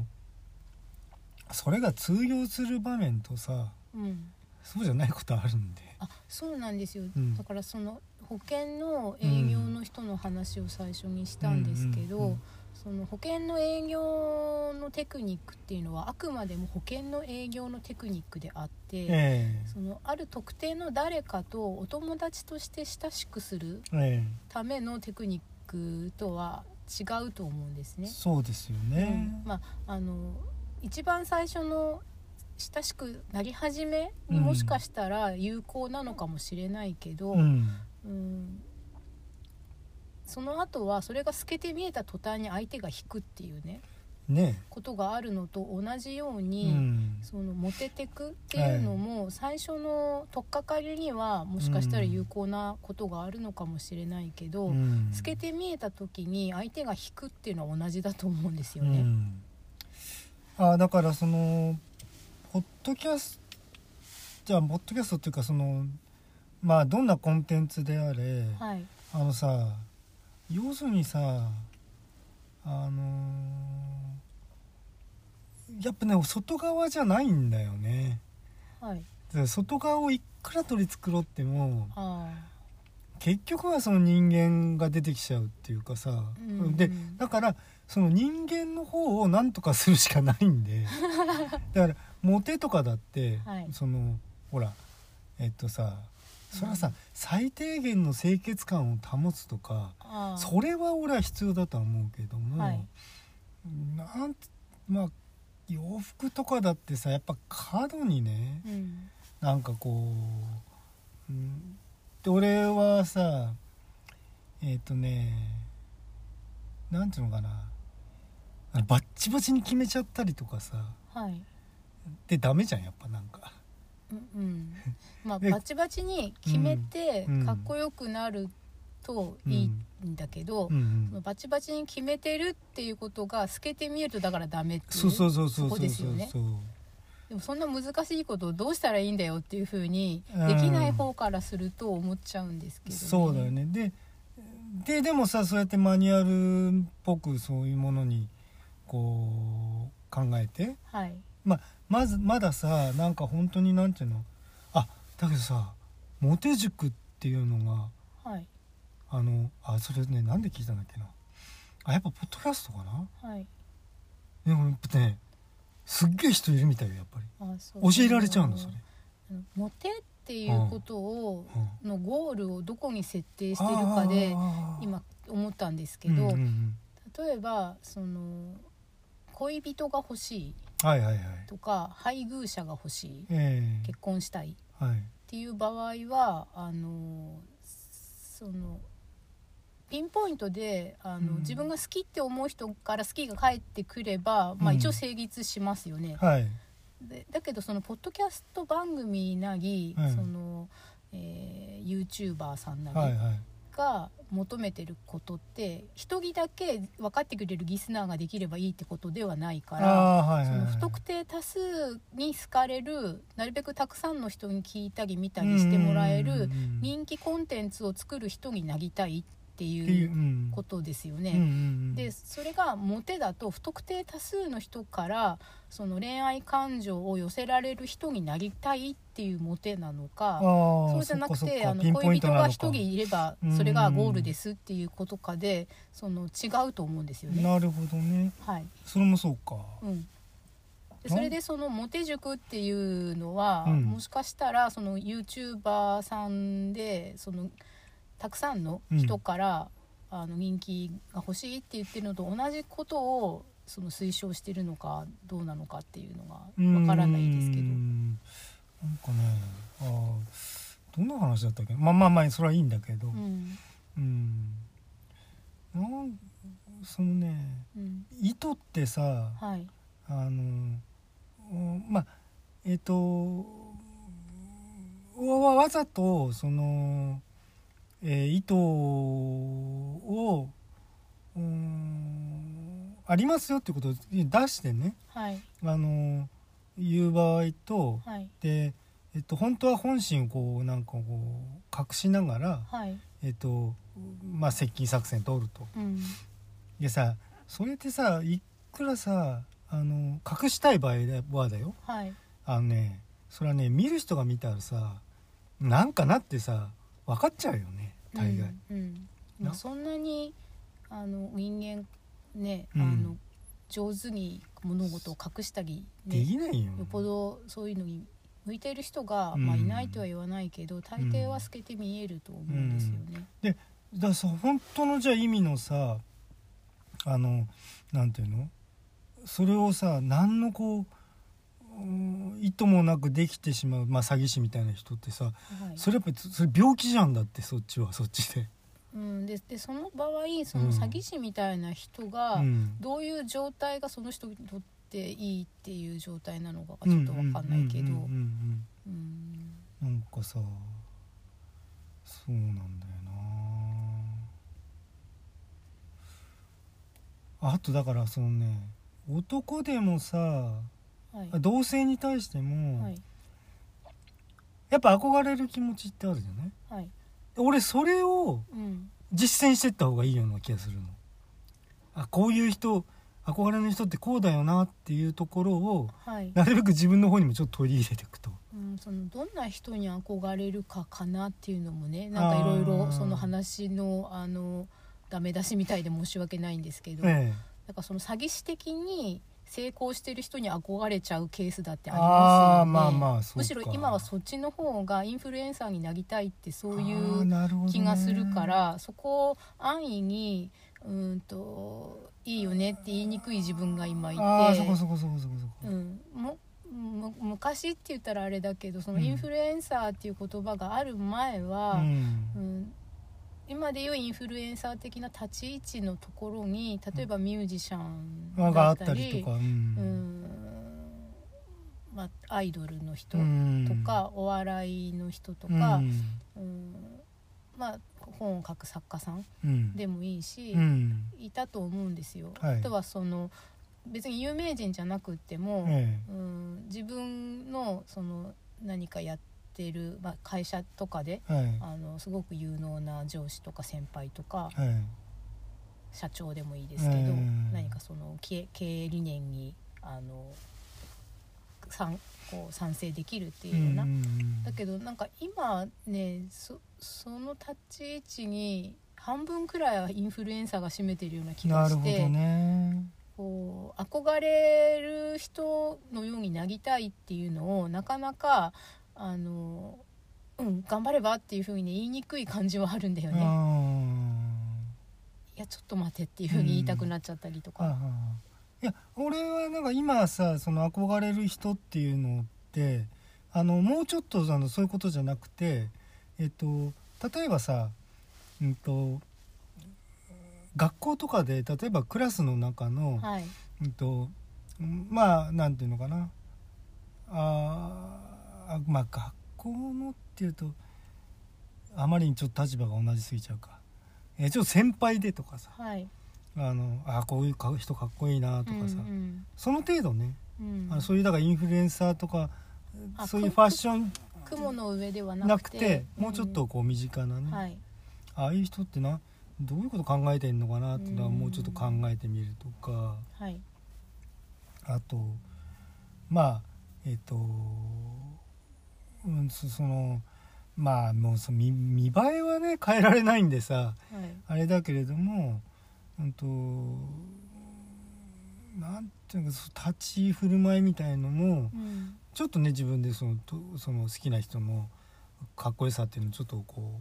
Speaker 1: それが通用する場面とさ
Speaker 2: うん
Speaker 1: そうじゃないことあるんで
Speaker 2: あそうなんですよ、
Speaker 1: うん
Speaker 2: だからその保険の営業の人の話を最初にしたんですけど、
Speaker 1: うんうんうん
Speaker 2: その保険の営業のテクニックっていうのはあくまでも保険の営業のテクニックであって、
Speaker 1: え
Speaker 2: そのある特定の誰かとお友達として親しくする
Speaker 1: ええ
Speaker 2: ためのテクニックとは違うと思うんです
Speaker 1: え
Speaker 2: ね。
Speaker 1: そうですよ
Speaker 2: う
Speaker 1: ね
Speaker 2: ん、まああの一番最初の親しくなり始めにもしかしたら有効なのかもしれないけど、
Speaker 1: うん
Speaker 2: うんその後はそれが透けて見えた途端に相手が引くっていうね
Speaker 1: ね
Speaker 2: ことがあるのと同じよう
Speaker 1: う
Speaker 2: に、
Speaker 1: ん
Speaker 2: そのモテテクっていうのも最初の取っかかりにはもしかしたら有効なことがあるのかもしれないけど、
Speaker 1: うん
Speaker 2: 透けて見えた時に相手が引くっていうのは同じだと思うんですよ
Speaker 1: う
Speaker 2: ね。
Speaker 1: ん、あだからそのポッドキャストじゃあポッドキャストっていうかそのまあどんなコンテンツであれ、
Speaker 2: はい、
Speaker 1: あのさ要するにさあのーやっぱね外側じゃないんだよね
Speaker 2: はい、
Speaker 1: で外側をいくら取り繕っても
Speaker 2: あ
Speaker 1: 結局はその人間が出てきちゃうっていうかさ、
Speaker 2: うんうん
Speaker 1: でだからその人間の方を何とかするしかないん でだからモテとかだって、
Speaker 2: はい
Speaker 1: そのほらえっとさそれはさ、最低限の清潔感を保つとか
Speaker 2: ーあー
Speaker 1: それは俺は必要だとは思うけども、
Speaker 2: はい
Speaker 1: なんつまあ洋服とかだってさやっぱ過度にね
Speaker 2: うん
Speaker 1: なんかこう、うん、で俺はさえっ、とねなんていうのかなあのバッチバチに決めちゃったりとかさ
Speaker 2: はい
Speaker 1: でダメじゃんやっぱなんか
Speaker 2: うんうんまあ
Speaker 1: で
Speaker 2: バチバチに決めて
Speaker 1: うん
Speaker 2: かっこよくなるといいんだけど、
Speaker 1: うんうん
Speaker 2: そのバチバチに決めてるっていうことが透けて見えるとだからダメっていう
Speaker 1: そうそうそうそう
Speaker 2: そ
Speaker 1: そ
Speaker 2: こ
Speaker 1: う
Speaker 2: です
Speaker 1: そ
Speaker 2: よ
Speaker 1: う
Speaker 2: ね
Speaker 1: そう
Speaker 2: でもそんな難しいことをどうしたらいいんだよっていうふうにできない方からすると思っちゃうんですけど、
Speaker 1: そうだよねでででもさそうやってマニュアルっぽくそういうものにこう考えて
Speaker 2: はい
Speaker 1: まずまださなんか本当になんていうのあだけどさモテ塾っていうのが
Speaker 2: はい
Speaker 1: あのあそれねなんで聞いたんだっけなあやっぱポッドキャストかな
Speaker 2: はい
Speaker 1: でもやっぱねすっげえ人いるみたいよやっぱり
Speaker 2: あそう
Speaker 1: 教えられちゃうのそれ、
Speaker 2: あのモテっていうことを
Speaker 1: うん、
Speaker 2: のゴールをどこに設定してるかで
Speaker 1: あー
Speaker 2: 今思ったんですけど、
Speaker 1: うんうんうん
Speaker 2: 例えばその恋人が欲しい
Speaker 1: はいはいはい
Speaker 2: とか配偶者が欲しい
Speaker 1: ええ
Speaker 2: 結婚したい
Speaker 1: はい
Speaker 2: っていう場合はあのそのピンポイントであ
Speaker 1: う
Speaker 2: の、
Speaker 1: ん
Speaker 2: 自分が好きって思う人から好きが返ってくれば、まあ、
Speaker 1: うん
Speaker 2: 一応成立しますよね。
Speaker 1: はい
Speaker 2: でだけどそのポッドキャスト番組なり、
Speaker 1: はい
Speaker 2: そのえー、YouTuber さんな
Speaker 1: はい
Speaker 2: り
Speaker 1: はい
Speaker 2: が求めてることって一人だけ分かってくれるリスナーができればいいってことではないから。
Speaker 1: ああはい
Speaker 2: そ
Speaker 1: はい
Speaker 2: の
Speaker 1: はい
Speaker 2: 不特定多数に好かれるなるべくたくさんの人に聞いたり見たりしてもらえ
Speaker 1: うんうん
Speaker 2: る
Speaker 1: うんうん
Speaker 2: 人気コンテンツを作る人になりたいって
Speaker 1: って
Speaker 2: い
Speaker 1: いう
Speaker 2: う
Speaker 1: うん
Speaker 2: ことですよ
Speaker 1: うんうん
Speaker 2: ね。
Speaker 1: うん
Speaker 2: でそれがモテだと不特定多数の人からその恋愛感情を寄せられる人になりたいっていうモテなの
Speaker 1: あ
Speaker 2: か
Speaker 1: ー
Speaker 2: そうじゃなく
Speaker 1: そっかそってか
Speaker 2: あの
Speaker 1: ピンポイ
Speaker 2: 恋
Speaker 1: ント
Speaker 2: 人
Speaker 1: なの
Speaker 2: が
Speaker 1: か
Speaker 2: 一人いれば
Speaker 1: うん
Speaker 2: それがゴールですっていうことかでその違うと思うんですよね。
Speaker 1: なるほどね
Speaker 2: はい
Speaker 1: それもそうか
Speaker 2: うん、で
Speaker 1: なん
Speaker 2: それでそのモテ塾っていうのは、
Speaker 1: うん
Speaker 2: もしかしたらその YouTuber さんでそのたくさんの人から、あの人気が欲しいって言ってるのと同じことをその推奨してるのかどうなのかっていうのがわからないですけ
Speaker 1: う
Speaker 2: ど
Speaker 1: ー。んなんかねあーどんな話だったっけまあまあまあそれはいいんだけど
Speaker 2: うん
Speaker 1: うんなんそのね
Speaker 2: うん
Speaker 1: 糸ってさ
Speaker 2: はい
Speaker 1: あのうんまあえっ、とわわざとその、えー糸をうんありますよってことを出してね
Speaker 2: はい
Speaker 1: あの言う場合と
Speaker 2: はい
Speaker 1: で、えっと本当は本心をこうなんかこう隠しながら、
Speaker 2: はい、
Speaker 1: えっとまあ、接近作戦通ると。
Speaker 2: うん、
Speaker 1: でさそれってさいくらさあの隠したい場合はだよ
Speaker 2: はい
Speaker 1: あのねそれはね見る人が見たらさなんかなってさ分かっちゃうよね大概、
Speaker 2: うんうんまあ
Speaker 1: な
Speaker 2: そんなにあの人間ね、
Speaker 1: うん
Speaker 2: あの上手に物事を隠したり、ね、
Speaker 1: で
Speaker 2: よ
Speaker 1: きないよ
Speaker 2: っぽどそういうのに向いている人が、
Speaker 1: うん
Speaker 2: まあ、いないとは言わないけど大抵は透けて見えると思うんですよね。
Speaker 1: だからさ本当のじゃあ意味のさあのなんていうのそれをさ何のこううん意図もなくできてしまう、まあ、詐欺師みたいな人ってさ
Speaker 2: はい
Speaker 1: それやっぱりそれ病気じゃんだってそっちはそっちで。
Speaker 2: うん、ででその場合そうの
Speaker 1: ん
Speaker 2: 詐欺師みたいな人が
Speaker 1: うん
Speaker 2: どういう状態がその人にとっていいっていう状態なのかがちょっと分かんないけど
Speaker 1: うんうんうんうんうん
Speaker 2: うん
Speaker 1: なんかさそうなんだよなあとだからそのね男でもさ
Speaker 2: はい
Speaker 1: 同性に対しても、
Speaker 2: はい
Speaker 1: やっぱ憧れる気持ちってあるじゃない
Speaker 2: はい
Speaker 1: 俺それを
Speaker 2: うん
Speaker 1: 実践してった方がいいような気がするのあこういう人憧れの人ってこうだよなっていうところを
Speaker 2: はい、
Speaker 1: なるべく自分の方にもちょっと取り入れていくと
Speaker 2: うん、そのどんな人に憧れるかかなっていうのもねなんかいろい
Speaker 1: あー
Speaker 2: ろその話のあのダメ出しみたいで申し訳ないんですけど、なん
Speaker 1: ええ
Speaker 2: かその詐欺師的に成功してる人に憧れちゃうケースだってあり
Speaker 1: あー
Speaker 2: ますよね
Speaker 1: まあまあそうか
Speaker 2: むしろ今はそっちの方がインフルエンサーになりたいってそうい
Speaker 1: あー
Speaker 2: う
Speaker 1: なるほどね
Speaker 2: 気がするからそこを安易にうーんといいよねって言いにくい自分が今いて
Speaker 1: ああそこそこそこそこそこ、
Speaker 2: うん、もむ昔って言ったらあれだけどその
Speaker 1: うん
Speaker 2: インフルエンサーっていう言葉がある前は、
Speaker 1: うん
Speaker 2: うん今でいうインフルエンサー的な立ち位置のところに例えばミュージシャン
Speaker 1: まあが
Speaker 2: だ
Speaker 1: あ
Speaker 2: っ
Speaker 1: ったた
Speaker 2: り
Speaker 1: りとか、う
Speaker 2: うんんまあ、アイドルの人
Speaker 1: うん
Speaker 2: とか、お笑いの人とか、
Speaker 1: うん
Speaker 2: うんまあ、本を書く作家さん
Speaker 1: うん
Speaker 2: でもいいし、
Speaker 1: うん
Speaker 2: いたと思うんですよ。
Speaker 1: はい
Speaker 2: あとはその別に有名人じゃなくっても、
Speaker 1: え
Speaker 2: うん、自分のその何かやってる、まあ、会社とかで
Speaker 1: えはい
Speaker 2: あのすごく有能な上司とか先輩とか
Speaker 1: はい
Speaker 2: 社長でもいいですけど、
Speaker 1: うん
Speaker 2: 何かその経営経営理念にあの賛こう賛成できるっていうような。だけどなんか今ねそその立ち位置に半分くらいはインフルエンサーが占めてるような気
Speaker 1: な
Speaker 2: が
Speaker 1: る
Speaker 2: し
Speaker 1: ほど
Speaker 2: て、
Speaker 1: ね
Speaker 2: こう憧れる人のようになりたいっていうのをなかなかあの、うん、頑張ればっていうふうに言いにくい感じはあるんだよ
Speaker 1: あ
Speaker 2: ね。
Speaker 1: ー
Speaker 2: いやちょっと待てっていうふうに言いたくなっちゃったりと
Speaker 1: あ
Speaker 2: か。
Speaker 1: ーいや俺はなんか今さその憧れる人っていうのってあのもうちょっとあのそういうことじゃなくてえっと例えばさうんと学校とかで例えばクラスの中の、
Speaker 2: はい、
Speaker 1: うんとうんまあなんていうのかなあーあまあ学校のっていうとあまりにちょっと立場が同じすぎちゃうか、えーちょっと先輩でとかさ
Speaker 2: はい、
Speaker 1: あのあーこういうか人かっこいいなとかさ、
Speaker 2: うん
Speaker 1: その程度ね、
Speaker 2: うん
Speaker 1: あの
Speaker 2: う
Speaker 1: そういうだからインフルエンサーとか
Speaker 2: あ
Speaker 1: そういうファッション
Speaker 2: ん、雲の上では
Speaker 1: な
Speaker 2: な
Speaker 1: く
Speaker 2: くて
Speaker 1: てもうちょっとこう身近なね、
Speaker 2: うんはい、
Speaker 1: ああいう人ってなどういうこと考えてんのかなってのは
Speaker 2: うん
Speaker 1: もうちょっと考えてみるとか。
Speaker 2: はい、
Speaker 1: あとまあえっ、と、うん、そそのまあもうそ見見栄えはね変えられないんでさ
Speaker 2: はい、
Speaker 1: あれだけれども、うん、となんていうかそ立ち居振る舞いみたいのも
Speaker 2: うん、
Speaker 1: ちょっとね自分でそのとその好きな人のかっこよさっていうのをちょっとこ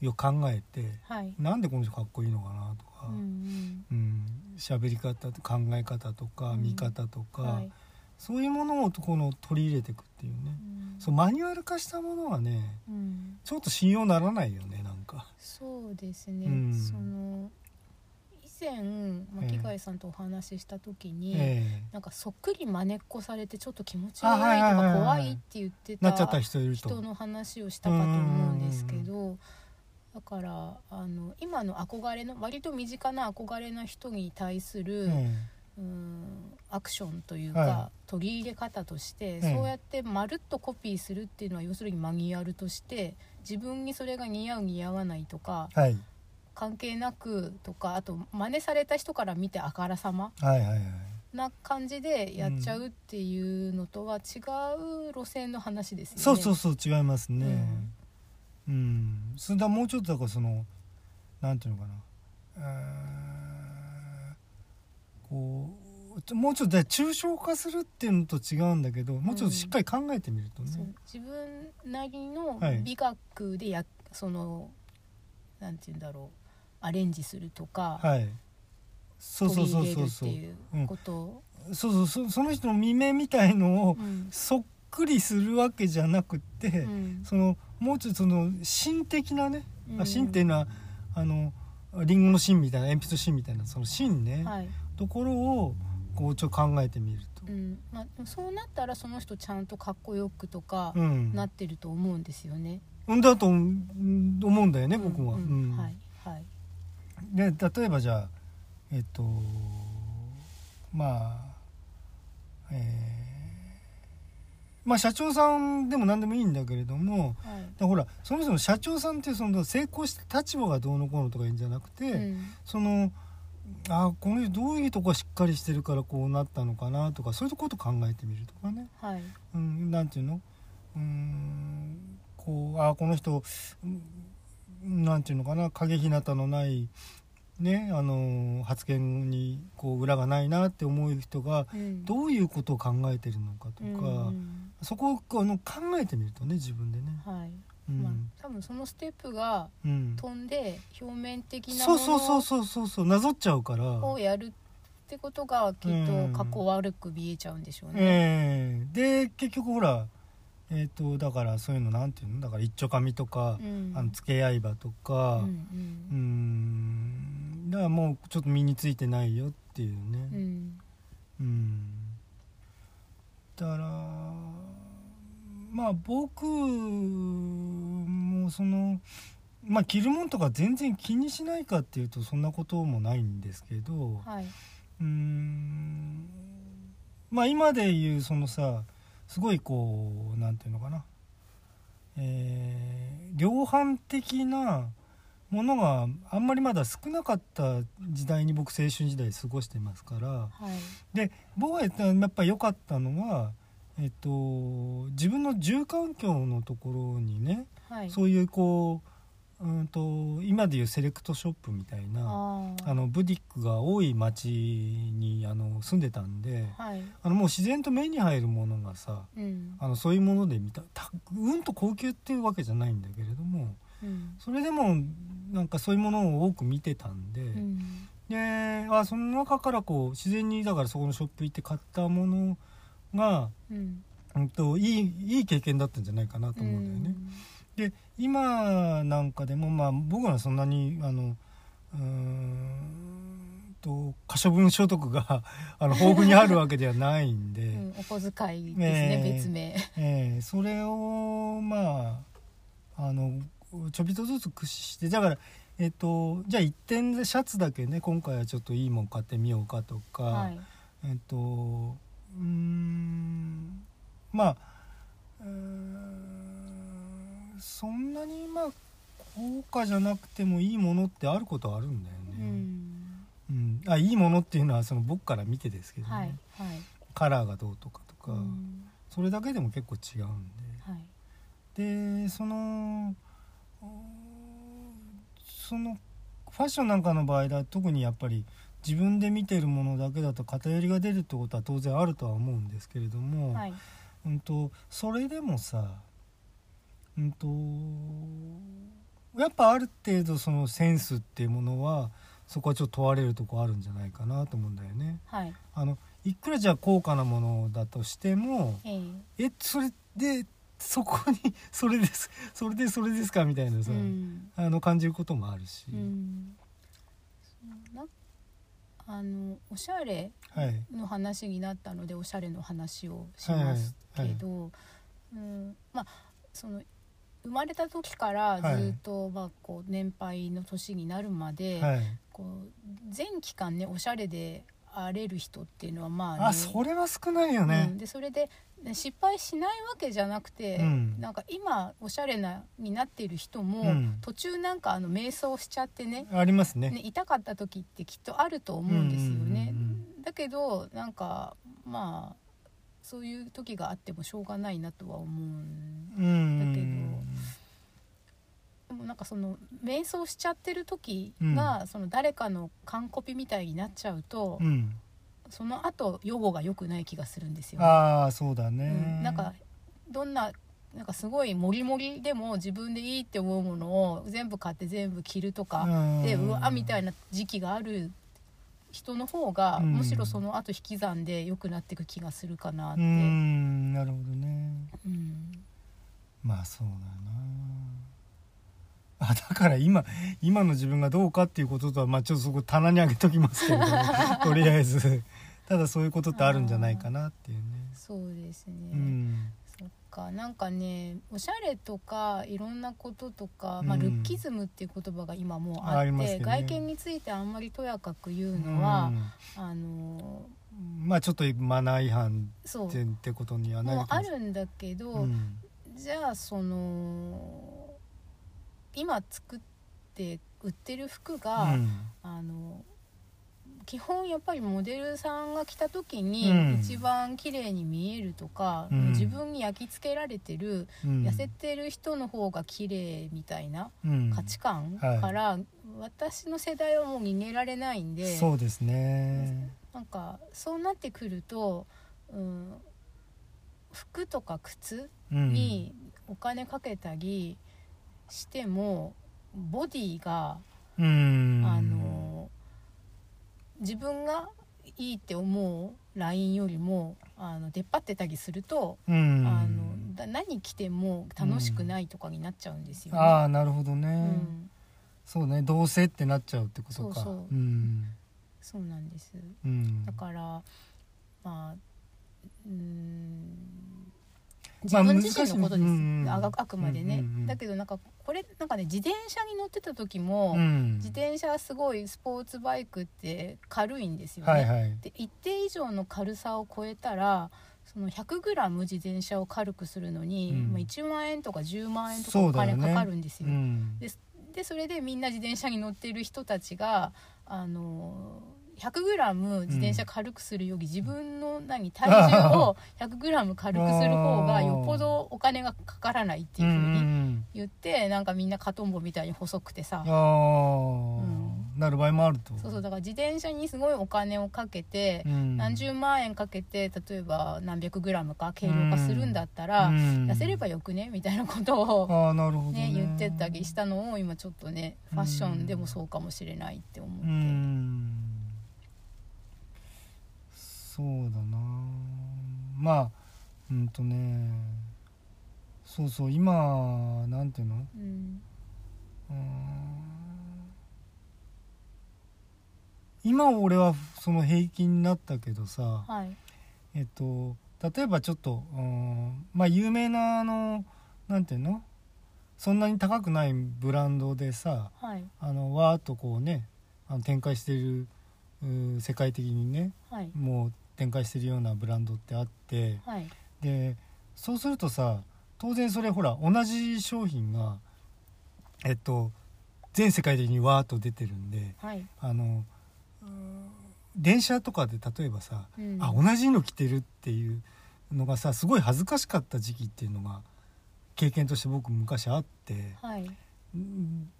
Speaker 1: うよく考えて
Speaker 2: はい、
Speaker 1: なんでこの人かっこいいのかなとか
Speaker 2: う。ん、
Speaker 1: うん喋り方と考え方とか
Speaker 2: うん
Speaker 1: 見方とか、
Speaker 2: うん、はい、
Speaker 1: そういうものをこの取り入れていくっていうね
Speaker 2: う、ん
Speaker 1: そうマニュアル化したものはね
Speaker 2: うん、
Speaker 1: ちょっと信用ならないよねなんか
Speaker 2: そうですね、
Speaker 1: うん
Speaker 2: その以前巻貝さんとお話しした時に、
Speaker 1: ええ
Speaker 2: なんかそっくり真似っこされてちょっと気持ち
Speaker 1: あはい
Speaker 2: 悪い
Speaker 1: はい
Speaker 2: と
Speaker 1: はいは
Speaker 2: か
Speaker 1: い
Speaker 2: 怖いって言って
Speaker 1: なっちゃった
Speaker 2: た
Speaker 1: 人いると
Speaker 2: 人の話をしたかと思うんですけどだからあの今の憧れの割と身近な憧れな人に対する、
Speaker 1: え
Speaker 2: うんアクションというか、
Speaker 1: は
Speaker 2: 取り入れ方として、
Speaker 1: ええ
Speaker 2: そうやってまるっとコピーするっていうのは要するにマニュアルとして自分にそれが似合う似合わないとか
Speaker 1: えはい
Speaker 2: 関係なくとかあと真似された人から見てあからさま
Speaker 1: はいはいはい
Speaker 2: な感じでやっちゃうっていうのとは違う路線の話ですよね。
Speaker 1: そうそうそう違いますねうん、それだもうちょっとだからそのなんていうのかなえーこうちょもうちょっとだから抽象化するっていうのと違うんだけどもうちょっとしっかり考えてみるとね、
Speaker 2: そう自分なりの
Speaker 1: はい
Speaker 2: 美学でや、そのなんて言うんだろうアレンジするとか、
Speaker 1: はいそうそう
Speaker 2: 取り
Speaker 1: そう
Speaker 2: 入
Speaker 1: そ
Speaker 2: れ
Speaker 1: う
Speaker 2: るっ
Speaker 1: そ
Speaker 2: て
Speaker 1: う
Speaker 2: いうこと。
Speaker 1: そうそうそその人の未明みたいのを
Speaker 2: うん
Speaker 1: そっくりするわけじゃなくって、
Speaker 2: うん
Speaker 1: そのもうちょっとその芯的なね、
Speaker 2: う
Speaker 1: あ
Speaker 2: ん
Speaker 1: 芯っていうのはあのリンゴの芯みたいな鉛筆の芯みたいなその芯ね、
Speaker 2: はい、
Speaker 1: ところをこうちょっと考えてみると
Speaker 2: う、んまあ、でもそうなったらその人ちゃんとかっこよくとか
Speaker 1: うん、
Speaker 2: なってると思うんですよね。
Speaker 1: うんだとうん思うんだよね、僕は。
Speaker 2: うん
Speaker 1: うん
Speaker 2: はいはい
Speaker 1: で例えばじゃあえっとまあえーまあ社長さんでも何でもいいんだけれども
Speaker 2: はい。
Speaker 1: だからほらそもそも社長さんってその成功した立場がどうのこうのとかいうんじゃなくて、
Speaker 2: うん
Speaker 1: そのあーこの人どういうとこがしっかりしてるからこうなったのかなとかそういうこと考えてみるとかね。
Speaker 2: はい
Speaker 1: うん、なんていうのうーんこうあこの人うんなんていうのかな影ひなたのない、ね、あの発言にこう裏がないなって思う人が
Speaker 2: うん
Speaker 1: どういうことを考えてるのかと
Speaker 2: うん
Speaker 1: か、
Speaker 2: うん
Speaker 1: そこをこうあの考えてみるとね自分でね。
Speaker 2: はい。
Speaker 1: うん
Speaker 2: まあ多分そのステップが
Speaker 1: うん、
Speaker 2: 飛んで表面的な
Speaker 1: そう
Speaker 2: も
Speaker 1: そうそうそうそうそうなぞっちゃうから。
Speaker 2: のをやるってことがきっ
Speaker 1: う
Speaker 2: と
Speaker 1: ん
Speaker 2: かっこ悪く見えちゃうんでしょうね。
Speaker 1: ええで結局ほらえっ、とだからそういうのなんていうのだから一丁紙とか、
Speaker 2: うん
Speaker 1: あの付け合い刃と
Speaker 2: う
Speaker 1: か。
Speaker 2: ん
Speaker 1: うーんだからもうちょっと身についてないよっていう
Speaker 2: うんう
Speaker 1: ね
Speaker 2: ん
Speaker 1: うんだからまあ僕もそのまあ着るもんとか全然気にしないかっていうとそんなこともないんですけど、
Speaker 2: はい、
Speaker 1: うーんまあ今で言うそのさすごいこうなんていうのかなえー量販的なものがあんまりまだ少なかった時代に僕青春時代過ごしてますから
Speaker 2: はい、
Speaker 1: で僕がやっぱり良かったのは、えっと、自分の住環境のところにね、
Speaker 2: はい。
Speaker 1: そういうこううんと今で言うセレクトショップみたいな。
Speaker 2: あー
Speaker 1: あのブティックが多い町にあの住んでたんで
Speaker 2: はい、
Speaker 1: あのもう自然と目に入るものがさ
Speaker 2: うん、
Speaker 1: あのそういうもので見たたうんと高級っていうわけじゃないんだけれども
Speaker 2: うん、
Speaker 1: それでもなんかそういうものを多く見てたんで、
Speaker 2: うん、
Speaker 1: であその中からこう自然にだからそこのショップ行って買ったものが、
Speaker 2: うん、
Speaker 1: うん、といいいい経験だったんじゃないかなと思うんだよね。で今なんかでもまあ僕らそんなにあのうーんと可処分所得が あの豊富にあるわけではないんで、
Speaker 2: うん、うんお小遣いですね、
Speaker 1: ねえ
Speaker 2: 別名。
Speaker 1: ええそれをまああのちょびっとずつ駆使してだからえっとじゃあ一点でシャツだけね今回はちょっといいもん買ってみようかとか、
Speaker 2: はい、
Speaker 1: えっとうーんまあうーんそんなにまあ高価じゃなくてもいいものってあることはあるんだよ
Speaker 2: う
Speaker 1: ね、
Speaker 2: ん、
Speaker 1: うんあいいものっていうのはその僕から見てですけどね、
Speaker 2: はい、はい、
Speaker 1: カラーがどうとかとか、
Speaker 2: うん
Speaker 1: それだけでも結構違うん
Speaker 2: はい、
Speaker 1: ででそのうーんそのファッションなんかの場合だ特にやっぱり自分で見てるものだけだと偏りが出るってことは当然あるとは思うんですけれども、
Speaker 2: はい、
Speaker 1: うんとそれでもさうんとやっぱある程度そのセンスっていうものはそこはちょっと問われるとこあるんじゃないかなと思うんだよね。
Speaker 2: はい、
Speaker 1: あのいくらじゃあ高価なものだとしても
Speaker 2: ええ、
Speaker 1: えそれでそこに それですそれでそれですかみたいなさ、
Speaker 2: うん、
Speaker 1: あの感じることもあるし、
Speaker 2: うん。そのなあのおしゃれ
Speaker 1: はい
Speaker 2: の話になったのでおしゃれの話をし
Speaker 1: はい
Speaker 2: ますけ
Speaker 1: はい
Speaker 2: ど、うん、まあその生まれた時から
Speaker 1: はい
Speaker 2: ずっと、まあ、こう年配の年になるまで、
Speaker 1: はい、
Speaker 2: こう全期間ねおしゃれで荒れる人っていうのはまあ、ね、
Speaker 1: あそれは少ないよ
Speaker 2: うん、
Speaker 1: ね、
Speaker 2: でそれでね失敗しないわけじゃなくて、
Speaker 1: うん
Speaker 2: なんか今おしゃれなになっている人も、
Speaker 1: うん
Speaker 2: 途中なんかあの瞑想しちゃってね
Speaker 1: ありますね
Speaker 2: ね痛かった時ってきっとあると思うんですよね。
Speaker 1: うんうん
Speaker 2: だけどなんかまあそういう時があってもしょうがないなとは思うん
Speaker 1: うん、
Speaker 2: でもなんかその瞑想しちゃってる時が、その誰かの完コピみたいになっちゃうと、
Speaker 1: うん
Speaker 2: その後予後が良くない気がするんですよ、
Speaker 1: ああそうだ
Speaker 2: う
Speaker 1: ね、
Speaker 2: んなんかどんななんかすごいモリモリでも自分でいいって思うものを全部買って全部着るとか、でうわみたい
Speaker 1: な
Speaker 2: な時期がある人の方が、
Speaker 1: うん
Speaker 2: むしろその後引き算で良くなっていく気がするかなって、
Speaker 1: うーんなるほどね
Speaker 2: うん
Speaker 1: まあそうだな あだから今今の自分がどうかっていうこととはまあちょっとそこ棚にあげときますけれ どもとりあえずただそういうことってあるんじゃないかなっていうね
Speaker 2: そうですね、
Speaker 1: うん
Speaker 2: そっかなんかねおしゃれとかいろんなこととか、まあ、
Speaker 1: うん
Speaker 2: ルッキズムっていう言葉が今もうあ
Speaker 1: あ
Speaker 2: っ
Speaker 1: り
Speaker 2: て、
Speaker 1: ますよね
Speaker 2: 外見についてあんまりとやかく言うのは、
Speaker 1: う
Speaker 2: あの
Speaker 1: んまあちょっとマナー違反
Speaker 2: そう
Speaker 1: ってってことにはな
Speaker 2: も
Speaker 1: る
Speaker 2: うあるんだけど、
Speaker 1: うん
Speaker 2: じゃあその今作って売ってる服が、
Speaker 1: うん
Speaker 2: あの基本やっぱりモデルさんが着た時
Speaker 1: うん
Speaker 2: に一番綺麗に見えるとか、
Speaker 1: うん
Speaker 2: 自分に焼き付けられてる
Speaker 1: うん
Speaker 2: 痩せてる人の方が綺麗みたいな
Speaker 1: うん
Speaker 2: 価値観
Speaker 1: はい
Speaker 2: から、私の世代はもう逃げられないんで
Speaker 1: そうですね
Speaker 2: なんかそうなってくると、うん、服とか靴
Speaker 1: うん
Speaker 2: にお金かけたりしても、ボディが、
Speaker 1: うん
Speaker 2: あの自分がいいって思うラインよりもあの出っ張ってたりすると、
Speaker 1: うん
Speaker 2: あのだ何着ても楽しくないとかになっちゃうんですよね。
Speaker 1: ああなるほどね、
Speaker 2: うん、
Speaker 1: そうねどうせってなっちゃうってことか
Speaker 2: そうそう
Speaker 1: うん
Speaker 2: そうなんです
Speaker 1: うん
Speaker 2: だからまあうーん
Speaker 1: ま
Speaker 2: 自
Speaker 1: あ
Speaker 2: 分自身のこと
Speaker 1: 難しい
Speaker 2: です、
Speaker 1: うんうん
Speaker 2: あがあくまでね、
Speaker 1: うんうんうん
Speaker 2: だけどなんかこれなんかね自転車に乗ってた時も、
Speaker 1: うん
Speaker 2: 自転車すごいスポーツバイクって軽いんですよね、
Speaker 1: はいはい
Speaker 2: で一定以上の軽さを超えたらその 100g 自転車を軽くするのに、
Speaker 1: うん
Speaker 2: まあ1万円とか10万円とか
Speaker 1: そ
Speaker 2: お
Speaker 1: うだよね
Speaker 2: 金かかるんですよ。
Speaker 1: うん
Speaker 2: ででそれでみんな自転車に乗ってる人たちがあの 100g 自転車軽くするより自分の何体重 を 100g 軽くする方がよっぽどお金がかからないっていうふう
Speaker 1: うんう
Speaker 2: に
Speaker 1: ん
Speaker 2: 言ってなんかみんなカトンボみたいに細くてさ
Speaker 1: うんああなる場合もあると
Speaker 2: そうそうだから自転車にすごいお金をかけて
Speaker 1: うん
Speaker 2: 何十万円かけて例えば何百グラムか軽量化するんだった
Speaker 1: う
Speaker 2: ら、
Speaker 1: ん
Speaker 2: 痩せればよくねみたいなことを、
Speaker 1: ああなるほど
Speaker 2: ね
Speaker 1: ね
Speaker 2: 言ってたりしたのを今ちょっとねファッションでもそうかもしれないって思って、
Speaker 1: うんそうだなまあうんとねそうそう今なんていうの
Speaker 2: うん
Speaker 1: うーん今俺はその平均になったけどさ
Speaker 2: はい
Speaker 1: えっと例えばちょっとうーんまあ有名なあのなんていうのそんなに高くないブランドでさ
Speaker 2: はい
Speaker 1: あのわーっとこうねあの展開してるうー世界的にね
Speaker 2: はい
Speaker 1: もう展開してるようなブランドってあって
Speaker 2: はい
Speaker 1: でそうするとさ当然それほら同じ商品がえっと全世界的にわーっと出てるんで
Speaker 2: はい、
Speaker 1: あの電車とかで例えばさ、
Speaker 2: うん、
Speaker 1: あ同じの着てるっていうのがさすごい恥ずかしかった時期っていうのが経験として僕昔あって
Speaker 2: はい
Speaker 1: うん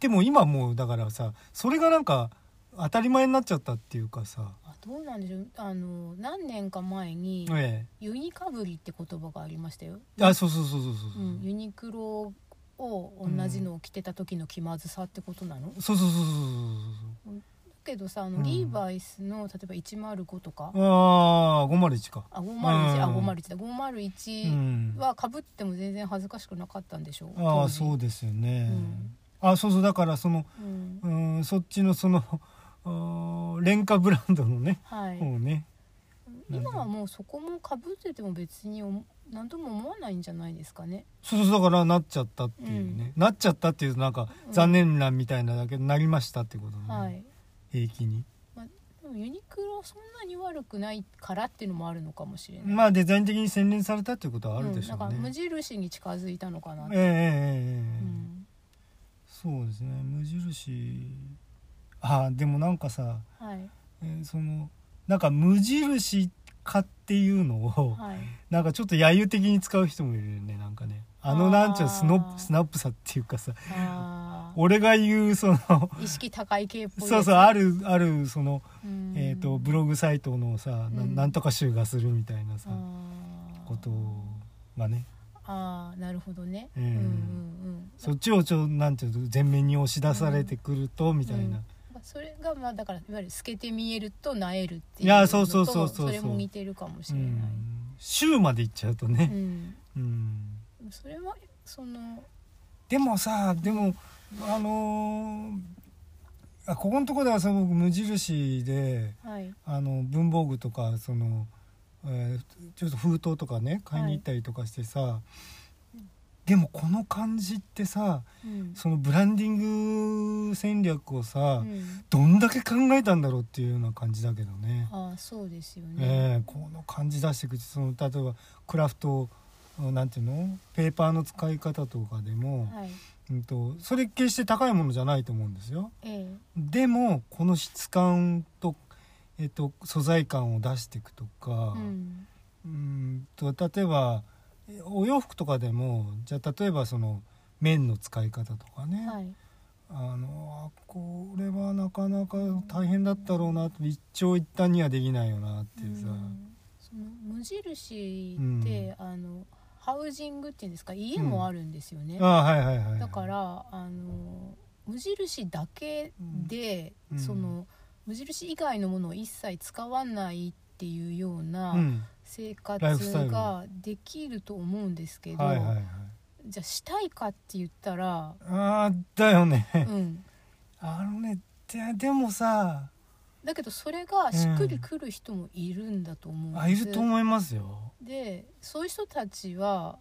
Speaker 1: でも今もうだからさそれがなんか当たり前になっちゃったっていうかさ、
Speaker 2: あどうなんでしょうあの何年か前に
Speaker 1: え
Speaker 2: ユニかぶりって言葉がありましたよ、
Speaker 1: え、あそうそうそうそうそう
Speaker 2: う
Speaker 1: そう、
Speaker 2: ん、ユニクロを同じのを着てた時の気まずさってことなの、
Speaker 1: そうそうそうそう
Speaker 2: けどさあの、
Speaker 1: うん
Speaker 2: リーバイスの例えば105とか、
Speaker 1: そうそうああ501か
Speaker 2: あ501、あ
Speaker 1: うん
Speaker 2: 501だ
Speaker 1: う
Speaker 2: 501
Speaker 1: ん
Speaker 2: はかぶっても全然恥ずかしくなかったんでしょう、
Speaker 1: あ
Speaker 2: 当
Speaker 1: あ
Speaker 2: 時
Speaker 1: そうですよね、
Speaker 2: うん
Speaker 1: あそうそうだからその
Speaker 2: うん
Speaker 1: うーんそっちのその あー廉価ブランドのね
Speaker 2: はい、
Speaker 1: 方ね
Speaker 2: 今はもうそこもかぶってても別にお何とも思わないんじゃないですかね
Speaker 1: そうそうだからなっちゃったっていうね、なっちゃったっていうとなんか
Speaker 2: うん
Speaker 1: 残念なみたいなだけどなりましたってことね、
Speaker 2: はい
Speaker 1: 平気に
Speaker 2: でもユニクロそんなに悪くないからっていうのもあるのかもしれない、
Speaker 1: まあデザイン的に洗練されたっていうことはあるでしょ
Speaker 2: うん、な
Speaker 1: うん
Speaker 2: か
Speaker 1: ね、
Speaker 2: 無印に近づいたのかな
Speaker 1: ええええええ
Speaker 2: うん
Speaker 1: そうですね無印あでもなんかさ、
Speaker 2: はい
Speaker 1: えーそのなんか無印化っていうのを
Speaker 2: はい
Speaker 1: なんかちょっと揶揄的に使う人もいるよねなんかねあ
Speaker 2: あ
Speaker 1: の
Speaker 2: ー
Speaker 1: なんちゃうスノップスナップさっていうかさ
Speaker 2: あ
Speaker 1: 俺が言うそ の
Speaker 2: ー意識高い系っぽいやつ
Speaker 1: そうそうあるあるその、
Speaker 2: うん
Speaker 1: えー、とブログサイトのさ、な
Speaker 2: うん
Speaker 1: なんとか集がするみたいなさ、
Speaker 2: あー
Speaker 1: ことがね
Speaker 2: ああなるほどね、
Speaker 1: ええ
Speaker 2: うんうん
Speaker 1: そっちをちょなんていうの前面に押し出されてくると、みたいな、
Speaker 2: うん、それがまあだからいわゆる透けて見えるとなえるってい
Speaker 1: い
Speaker 2: う
Speaker 1: やそうそうそうそうそう
Speaker 2: のとそれも似てるかもしれない、
Speaker 1: 週まで行っちゃうと
Speaker 2: う
Speaker 1: ね、
Speaker 2: ん
Speaker 1: うん
Speaker 2: それはその
Speaker 1: でもさでもあのーあここのところではさ僕無印で
Speaker 2: はい
Speaker 1: あの文房具とかその、えーちょっと封筒とかね買いに行ったりとかしてさ、でもこの感じってさ
Speaker 2: うん
Speaker 1: そのブランディング戦略を
Speaker 2: う
Speaker 1: さ、
Speaker 2: ん、
Speaker 1: どんだけ考えたんだろうっていうような感じだけどね。
Speaker 2: ああそうですよね、
Speaker 1: ええこの感じ出してくるその例えばクラフトなんていうのペーパーの使い方とかでも、
Speaker 2: はい
Speaker 1: うん、とそれ決して高いものじゃないと思うんですよ
Speaker 2: ええ
Speaker 1: でもこの質感と、えっと、素材感を出していくとか
Speaker 2: う、ん
Speaker 1: うんと例えばえお洋服とかでもじゃあ例えばその面の使い方とかね、
Speaker 2: はい
Speaker 1: あのあこれはなかなか大変だったろうな一長一短にはできないよなっていうさ、
Speaker 2: うんその無印
Speaker 1: う
Speaker 2: って
Speaker 1: ん、
Speaker 2: あのハウジングっていうんですか家もあるんですよね、
Speaker 1: ああはいはいはい
Speaker 2: だからあの無印だけで、
Speaker 1: うん
Speaker 2: その無印以外のものを一切使わないっていうよう
Speaker 1: う、
Speaker 2: なん生
Speaker 1: ライフスタイ
Speaker 2: 活
Speaker 1: ル
Speaker 2: ができると思うんですけど、
Speaker 1: はいはいはい
Speaker 2: じゃあしたいかって言ったら
Speaker 1: ああだよね、
Speaker 2: うん
Speaker 1: あのねででもさ
Speaker 2: だけどそれがしっくりくる人もいるんだと思うん
Speaker 1: あい
Speaker 2: です、
Speaker 1: ると思いますよ
Speaker 2: でそういう人たちは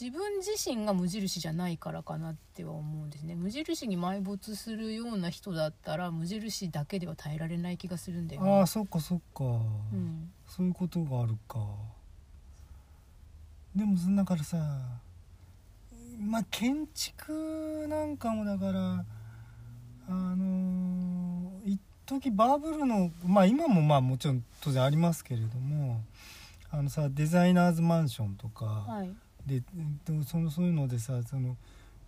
Speaker 2: 自分自身が無印じゃないからかなっては思うんですね無印に埋没するような人だったら無印だけでは耐えられない気がするんだよね、
Speaker 1: ああそっかそっか、
Speaker 2: うん、
Speaker 1: そういうことがあるかでもそんだからさまあ建築なんかもだからあのー一時バブルのまあ今もまあもちろん当然ありますけれどもあのさデザイナーズマンションとか、
Speaker 2: はい
Speaker 1: ででもそのそういうのでさその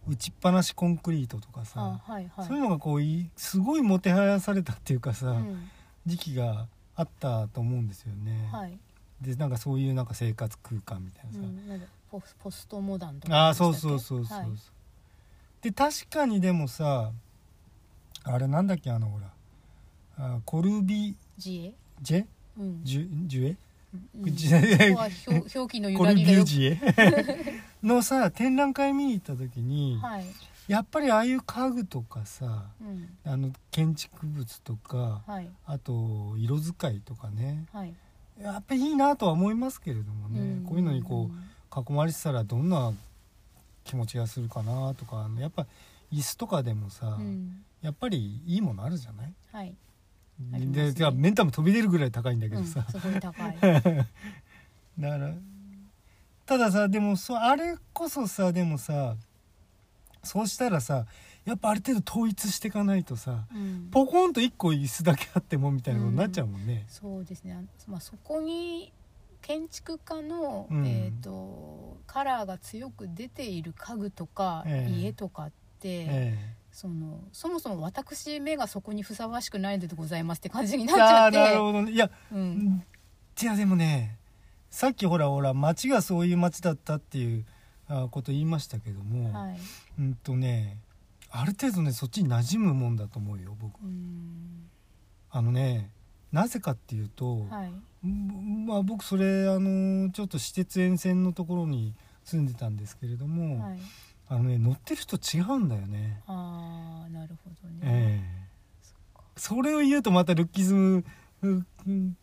Speaker 1: 打ちっぱなしコンクリートとかさ、
Speaker 2: あはいはい
Speaker 1: そういうのがこういすごいもてはやされたっていうかさ、
Speaker 2: うん
Speaker 1: 時期があったと思うんですよね。
Speaker 2: はい
Speaker 1: でなんかそういうなんか生活空間みたいな
Speaker 2: う
Speaker 1: さ、
Speaker 2: ん、なんだポスポストモダンとか
Speaker 1: ああ
Speaker 2: でしたっ
Speaker 1: そう
Speaker 2: け
Speaker 1: そうそうそうそう、
Speaker 2: はい
Speaker 1: で確かにでもさあれなんだっけあのほらあーコルビ
Speaker 2: 自衛
Speaker 1: ジェ
Speaker 2: うん
Speaker 1: ジュジュエ
Speaker 2: うん
Speaker 1: ジェ
Speaker 2: ここは 表表記の揺
Speaker 1: コ
Speaker 2: ら
Speaker 1: ルビ
Speaker 2: ぎがよ
Speaker 1: ュ
Speaker 2: く
Speaker 1: ジエのさ展覧会見に行った時に、
Speaker 2: はい、
Speaker 1: やっぱりああいう家具とかさ
Speaker 2: うん、
Speaker 1: あの建築物とか
Speaker 2: はい
Speaker 1: あと色使いとかね
Speaker 2: はい、
Speaker 1: やっぱりいいなとは思いますけれどもね、
Speaker 2: ん
Speaker 1: こういうのにこう、囲まれてたらどんな気持ちがするかなとかやっぱ椅子とかでもさ、
Speaker 2: うん、うん
Speaker 1: やっぱりいいものあるじゃない、
Speaker 2: はい、あります
Speaker 1: で
Speaker 2: ね
Speaker 1: てかメンタも飛び出るぐらい高いんだけ
Speaker 2: う
Speaker 1: ど
Speaker 2: ん、す
Speaker 1: さ、
Speaker 2: ごい高い、
Speaker 1: だからたださでもそうあれこそさでもさそうしたらさやっぱある程度統一していかないとさ
Speaker 2: うん、
Speaker 1: ポコンと1個椅子だけあってもみたいなことになっちゃうもんね。
Speaker 2: そうですね、あのまあ、そこに建築家の、
Speaker 1: うん
Speaker 2: えー、とカラーが強く出ている家具とか、
Speaker 1: ええ
Speaker 2: 家とかって、
Speaker 1: え
Speaker 2: そのそもそも私目がそこにふさわしくないのでございますって感じに
Speaker 1: え
Speaker 2: なっちゃ
Speaker 1: あ
Speaker 2: っ
Speaker 1: ーなる
Speaker 2: て、
Speaker 1: ほどねいや
Speaker 2: うん、
Speaker 1: いやでもねさっきほらほら町がそういう町だったっていうあこと言いましたけども、
Speaker 2: はい、
Speaker 1: うんとねある程度ねそっちに馴染むもんだと思うよ僕
Speaker 2: うん、
Speaker 1: あのねなぜかっていうと、
Speaker 2: はい、
Speaker 1: うんまあ、僕それあのちょっと私鉄沿線のところに住んでたんですけれども、
Speaker 2: はい、
Speaker 1: あのね乗ってる人違うんだよね、
Speaker 2: ああ、なるほどね。
Speaker 1: ええそれを言うとまたルッキズムうんうん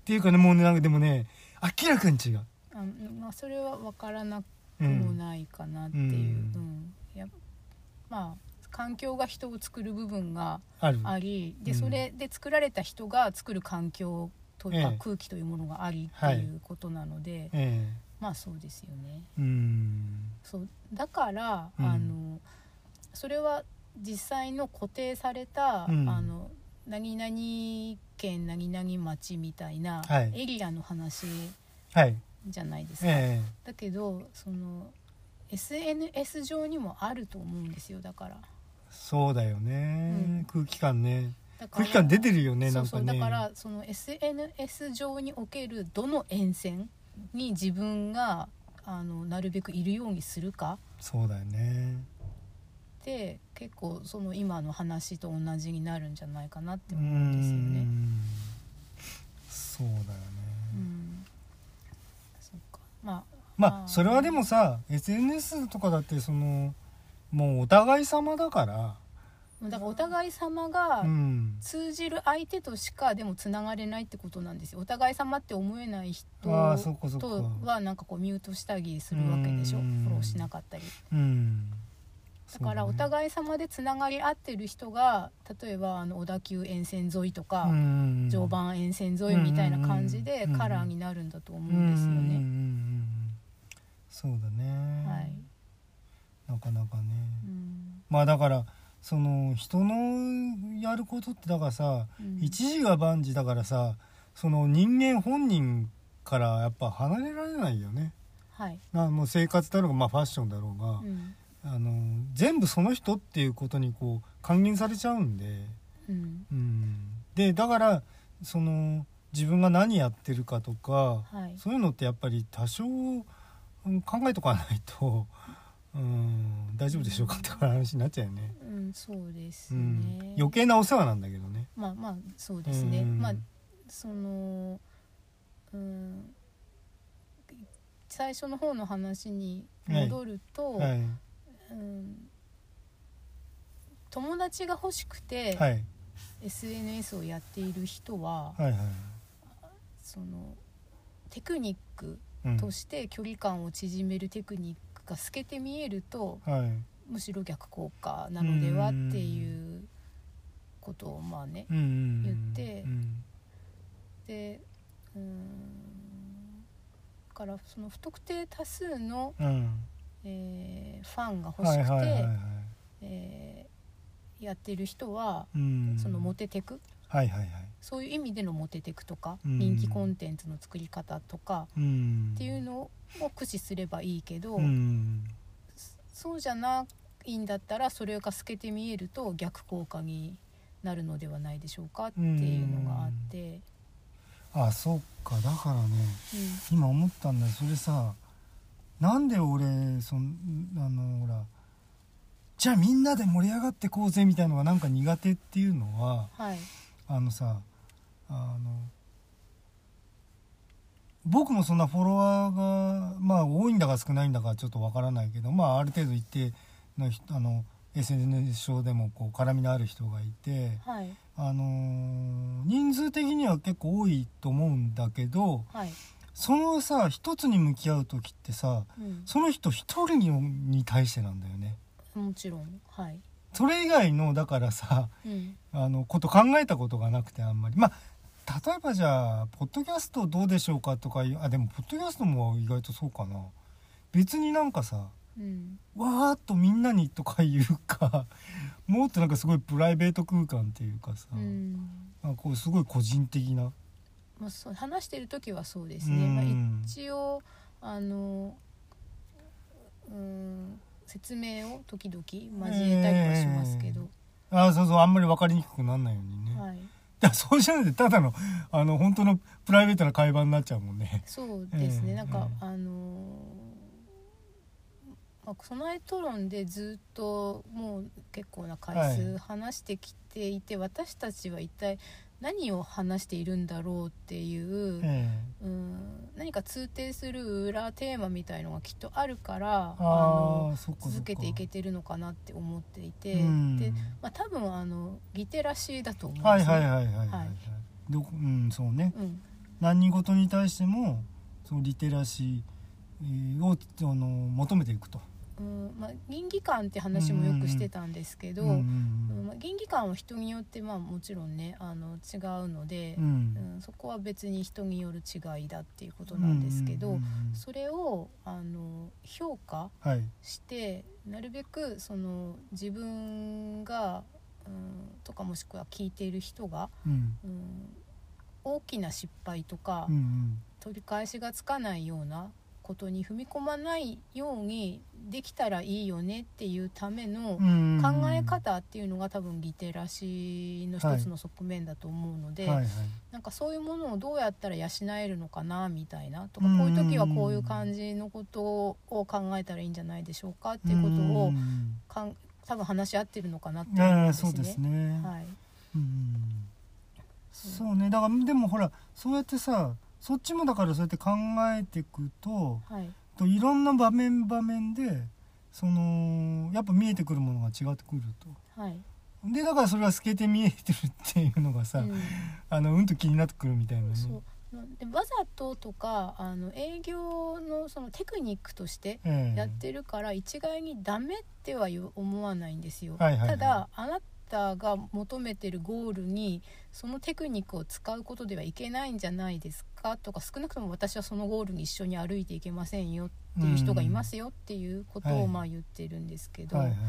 Speaker 1: っていうかねもうねなんかでもね明らかに違う、
Speaker 2: あまあ、それは分からな
Speaker 1: う
Speaker 2: くも
Speaker 1: ん、
Speaker 2: ないかなっていう、
Speaker 1: う
Speaker 2: うんんいやまあ環境が人を作る部分が
Speaker 1: ある
Speaker 2: ありで、
Speaker 1: うん
Speaker 2: それで作られた人が作る環境というか、
Speaker 1: ええ
Speaker 2: 空気というものがあり
Speaker 1: は
Speaker 2: っ
Speaker 1: い
Speaker 2: ていうことなので、
Speaker 1: え
Speaker 2: まあそうですよね。
Speaker 1: えうん
Speaker 2: そうだから、
Speaker 1: うん
Speaker 2: あのそれは実際の固定された、
Speaker 1: うん
Speaker 2: あの何々県何々町みたいな
Speaker 1: はい
Speaker 2: エリアの話
Speaker 1: はい
Speaker 2: じゃないですか。
Speaker 1: え
Speaker 2: だけどその SNS 上にもあると思うんですよだから
Speaker 1: えそうだよね、
Speaker 2: うん
Speaker 1: 空気感ね
Speaker 2: だから
Speaker 1: 空気感出てるよね
Speaker 2: そ
Speaker 1: な
Speaker 2: うんそ
Speaker 1: か
Speaker 2: う
Speaker 1: ね
Speaker 2: だからその SNS 上におけるどの沿線に自分があのなるべくいるようにするか
Speaker 1: そうだよね
Speaker 2: って結構その今の話と同じになるんじゃないかなって
Speaker 1: う
Speaker 2: 思うんですよね。
Speaker 1: んそうだよね、
Speaker 2: うんそっかまあ
Speaker 1: ま
Speaker 2: あ
Speaker 1: あ
Speaker 2: ー
Speaker 1: それはでもさ SNS とかだってそのもうお互い様だから、
Speaker 2: だからお互い様が
Speaker 1: うん
Speaker 2: 通じる相手としかでもつながれないってことなんですよお互い様って思えない人
Speaker 1: ああそっかそっか
Speaker 2: とはなんかこうミュートしたりするわけでしょ
Speaker 1: う
Speaker 2: フ
Speaker 1: ん
Speaker 2: ォローしなかったり
Speaker 1: うん
Speaker 2: だからお
Speaker 1: い
Speaker 2: 互い様でつながり合ってる人が例えばあの小田急沿線沿いとか、常磐沿線沿いみたいな感じで
Speaker 1: うん
Speaker 2: カラーになるんだと思
Speaker 1: う
Speaker 2: うん
Speaker 1: ん
Speaker 2: ですよ
Speaker 1: うんうんうん
Speaker 2: ね。
Speaker 1: うんそうだね、
Speaker 2: はい、
Speaker 1: なかなかね、
Speaker 2: うん
Speaker 1: まあだからその人のやることってだからさ、
Speaker 2: うん
Speaker 1: 一時が万事だからさその人間本人からやっぱ離れられないよね
Speaker 2: はい
Speaker 1: なもう生活だろうが、まあ、ファッションだろうが
Speaker 2: う、ん
Speaker 1: あの全部その人っていうことにこう還元されちゃうんで、
Speaker 2: うん
Speaker 1: うん、でだからその自分が何やってるかとか
Speaker 2: はい
Speaker 1: そういうのってやっぱり多少うん考えとかないと、 うん、大丈夫でしょうかって話になっちゃうよね。
Speaker 2: うん、そうです
Speaker 1: う
Speaker 2: ね、
Speaker 1: ん、余計なお世話なんだけどね。
Speaker 2: まあまあそうですね、
Speaker 1: うん
Speaker 2: まあそのうん最初の方の話に戻ると、
Speaker 1: はい
Speaker 2: うん友達が欲しくて、
Speaker 1: はい
Speaker 2: SNS をやっている人は、
Speaker 1: はいはい
Speaker 2: そのテクニック
Speaker 1: うん
Speaker 2: として距離感を縮めるテクニックが透けて見えると
Speaker 1: はい
Speaker 2: むしろ逆効果なのではっていうことをまあね
Speaker 1: うんうん
Speaker 2: 言って
Speaker 1: うん
Speaker 2: でうーんだからその不特定多数の、
Speaker 1: うん
Speaker 2: えーファンが欲
Speaker 1: は
Speaker 2: し
Speaker 1: いはい
Speaker 2: く
Speaker 1: はい
Speaker 2: て
Speaker 1: は
Speaker 2: えーやってる人は、
Speaker 1: いうん
Speaker 2: そのモテテク
Speaker 1: はいはいはい
Speaker 2: そういう意味でのモテテクとか、
Speaker 1: うん
Speaker 2: 人気コンテンツの作り方とか
Speaker 1: うん
Speaker 2: っていうのを駆使すればいいけど、
Speaker 1: うん
Speaker 2: そうじゃないんだったらそれが透けて見えると逆効果になるのではないでしょうかっていうのがあって、
Speaker 1: あそっかだからね今思ったんだそれさなんで俺そんあのほらじゃあみんなで盛り上がってこうぜみたいのがなんか苦手っていうのは
Speaker 2: うんはい
Speaker 1: あのさあの僕もそんなフォロワーがまあ多いんだか少ないんだかちょっとわからないけどまあある程度一定の人あの SNS 上でもこう絡みのある人がいて
Speaker 2: はい
Speaker 1: あの人数的には結構多いと思うんだけど
Speaker 2: はい、
Speaker 1: そのさ一つに向き合う時ってさ
Speaker 2: うん
Speaker 1: その人一人に対してなんだよね。
Speaker 2: もちろんはい、
Speaker 1: それ以外のだからさ
Speaker 2: うん
Speaker 1: あのこと考えたことがなくてあんまりまあ例えばじゃあポッドキャストどうでしょうかとかいうあでもポッドキャストも意外とそうかな別になんかさ
Speaker 2: うん、
Speaker 1: わーっとみんなにとかいうか もっとなんかすごいプライベート空間っていうかさ、
Speaker 2: うん
Speaker 1: なんかこうすごい個人的な
Speaker 2: まあ、そう話してる時はそうですね、まあ、
Speaker 1: うん
Speaker 2: 一応あのうん説明を時々交えたりはしますけど、
Speaker 1: あーそうそうあんまり分かりにくくなんないようにね、い
Speaker 2: はい、
Speaker 1: やそうじゃなくてただのあの本当のプライベートな会話になっちゃうもんね
Speaker 2: そうですね、
Speaker 1: うん
Speaker 2: なんか、
Speaker 1: う
Speaker 2: あのーまあ、そのトロンでずっともう結構な回
Speaker 1: は
Speaker 2: 数話してきていて、私たちは一体何を話しているんだろうっていう、
Speaker 1: え
Speaker 2: うん何か通底する裏テーマみたいのがきっとあるから
Speaker 1: え
Speaker 2: あの
Speaker 1: ああそっかそっか
Speaker 2: 続けていけてるのかなって思っていて、
Speaker 1: うん
Speaker 2: でまあ、多分あのリテラシーだと思うん
Speaker 1: は
Speaker 2: で
Speaker 1: い
Speaker 2: すね
Speaker 1: はいはいはいはい、は
Speaker 2: はいい、
Speaker 1: どこうんそうね
Speaker 2: うん
Speaker 1: 何事に対してもそのリテラシーをあの求めていくと。
Speaker 2: うんまあ、倫理観って話もよくしてたんですけど、
Speaker 1: うん
Speaker 2: うんまあ、倫理観は人によってまあもちろんねあの違うので
Speaker 1: うんう、ん
Speaker 2: うんそこは別に人による違いだっていうことなんですけど、
Speaker 1: うんうんうん
Speaker 2: それをあの評価
Speaker 1: はい
Speaker 2: してなるべくその自分が、うん、とかもしくは聞いている人が、
Speaker 1: うん
Speaker 2: うん、大きな失敗とか、
Speaker 1: うんうん
Speaker 2: 取り返しがつかないようなことに踏み込まないようにできたらいいよねっていうための、
Speaker 1: うん
Speaker 2: 考え方っていうのが多分リテラシーの一つの側面だと思うので、
Speaker 1: はいはい
Speaker 2: なんかそういうものをどうやったら養えるのかなみたいなとか、
Speaker 1: うん
Speaker 2: こういう時はこういう感じのことを考えたらいいんじゃないでしょうかっていうことを
Speaker 1: うん
Speaker 2: かん多分話し合ってるのかなって
Speaker 1: い
Speaker 2: 思
Speaker 1: や
Speaker 2: う
Speaker 1: い
Speaker 2: ん
Speaker 1: や
Speaker 2: です
Speaker 1: そう
Speaker 2: ね。
Speaker 1: ですね。
Speaker 2: はい、
Speaker 1: うんうんうんそうねだからでもほらそうやってさそっちもだからそうやって考えていくと
Speaker 2: はい、
Speaker 1: といろんな場面場面でそのやっぱ見えてくるものが違ってくると。
Speaker 2: はい、
Speaker 1: でだからそれが透けて見えてるっていうのがさ、あのうんと気になってくるみたいな
Speaker 2: う
Speaker 1: ね
Speaker 2: ん、そう。でわざととかあの営業のそのテクニックとして
Speaker 1: ええ
Speaker 2: やってるから一概にダメってはよ思わないんですよ、
Speaker 1: はいはいはい
Speaker 2: ただあなたが求めてるゴールにそのテクニックを使うことではいけないんじゃないですかとか少なくとも私はそのゴールに一緒に歩いていけませんよっていう人がいますよっていうこと
Speaker 1: はい
Speaker 2: をまあ言ってるんですけど、
Speaker 1: はいはいはい、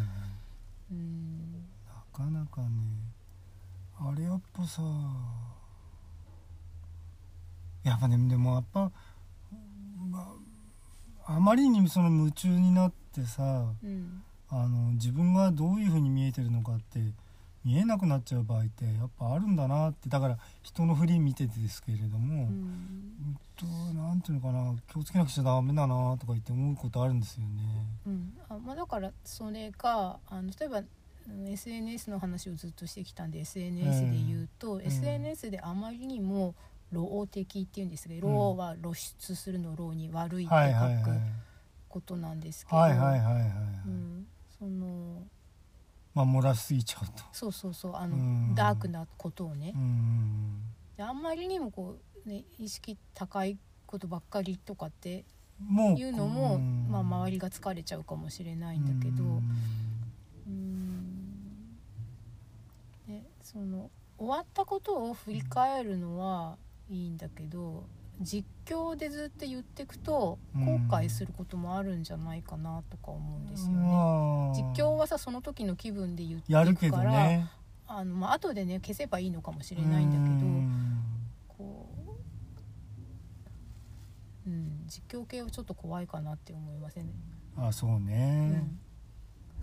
Speaker 2: うん
Speaker 1: なかなかねあれやっぱさやっぱねでもやっぱ、まあ、あまりにその夢中になってさ
Speaker 2: うん
Speaker 1: あの自分がどういうふうに見えてるのかって見えなくなっちゃう場合ってやっぱあるんだなってだから人の振り見ててですけれども。
Speaker 2: うん
Speaker 1: うんとなんていうのかな気をつけなくちゃダメだなとか言って思うことあるんですよね。
Speaker 2: うんあまあ、だからそれがあの例えばうん SNS の話をずっとしてきたんで SNS で言うと、SNS であまりにも老的っていうんですが、老は露出するの老に悪いって
Speaker 1: はいはいはい
Speaker 2: 書くことなんですけど
Speaker 1: はいはいはいはいはい。
Speaker 2: うんその
Speaker 1: 守らしすぎちゃうと。
Speaker 2: そうそうそうあの、
Speaker 1: うん
Speaker 2: ダークなことをね
Speaker 1: う、ん
Speaker 2: であんまりにもこう、ね、意識高いことばっかりとかって
Speaker 1: も
Speaker 2: いうのも、
Speaker 1: うん
Speaker 2: まあ、周りが疲れちゃうかもしれないんだけど、
Speaker 1: うん
Speaker 2: うんね、その終わったことを振り返るのはいいんだけど実況でずっと言っていくと
Speaker 1: うん
Speaker 2: 後悔することもあるんじゃないかなとか思うんですよね。
Speaker 1: まあ
Speaker 2: 実況はさその時の気分で言って
Speaker 1: や
Speaker 2: い
Speaker 1: る
Speaker 2: く
Speaker 1: けど
Speaker 2: から、
Speaker 1: ね
Speaker 2: あのまあ後でね消せばいいのかもしれないんだけど、
Speaker 1: うん
Speaker 2: こう、うん、実況系はちょっと怖いかなって思いませんね。
Speaker 1: あそう
Speaker 2: う
Speaker 1: ね、
Speaker 2: ん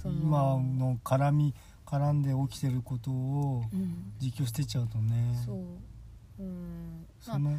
Speaker 2: その
Speaker 1: 今の絡み絡んで起きてることを
Speaker 2: うん
Speaker 1: 実況してちゃうとね
Speaker 2: そう、うんま
Speaker 1: そ
Speaker 2: あ、
Speaker 1: の、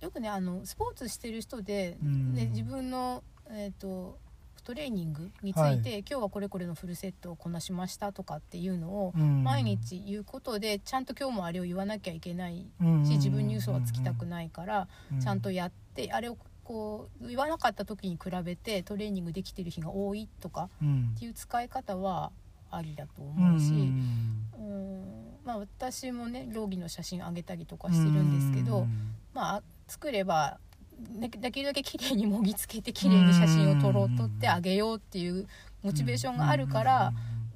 Speaker 2: よくねあのスポーツしてる人で、
Speaker 1: うん
Speaker 2: ね、自分の、えー、とトレーニングについて、
Speaker 1: はい
Speaker 2: 今日はこれこれのフルセットをこなしましたとかっていうのを
Speaker 1: うん
Speaker 2: 毎日言うことでちゃんと今日もあれを言わなきゃいけないし
Speaker 1: し
Speaker 2: 自分に嘘はつきたくないからちゃんと
Speaker 1: や
Speaker 2: やってあれをこう言わなかった時に比べてトレーニングできてる日が多いとかっていう使い方はありだと思うし。うんまあ、私もねロギの写真あげたりとかしてるんですけど、まあ、作ればでできるだけ綺麗にもぎつけて綺麗に写真を撮ろ
Speaker 1: う
Speaker 2: うん撮ってあげようっていうモチベーションがあるから、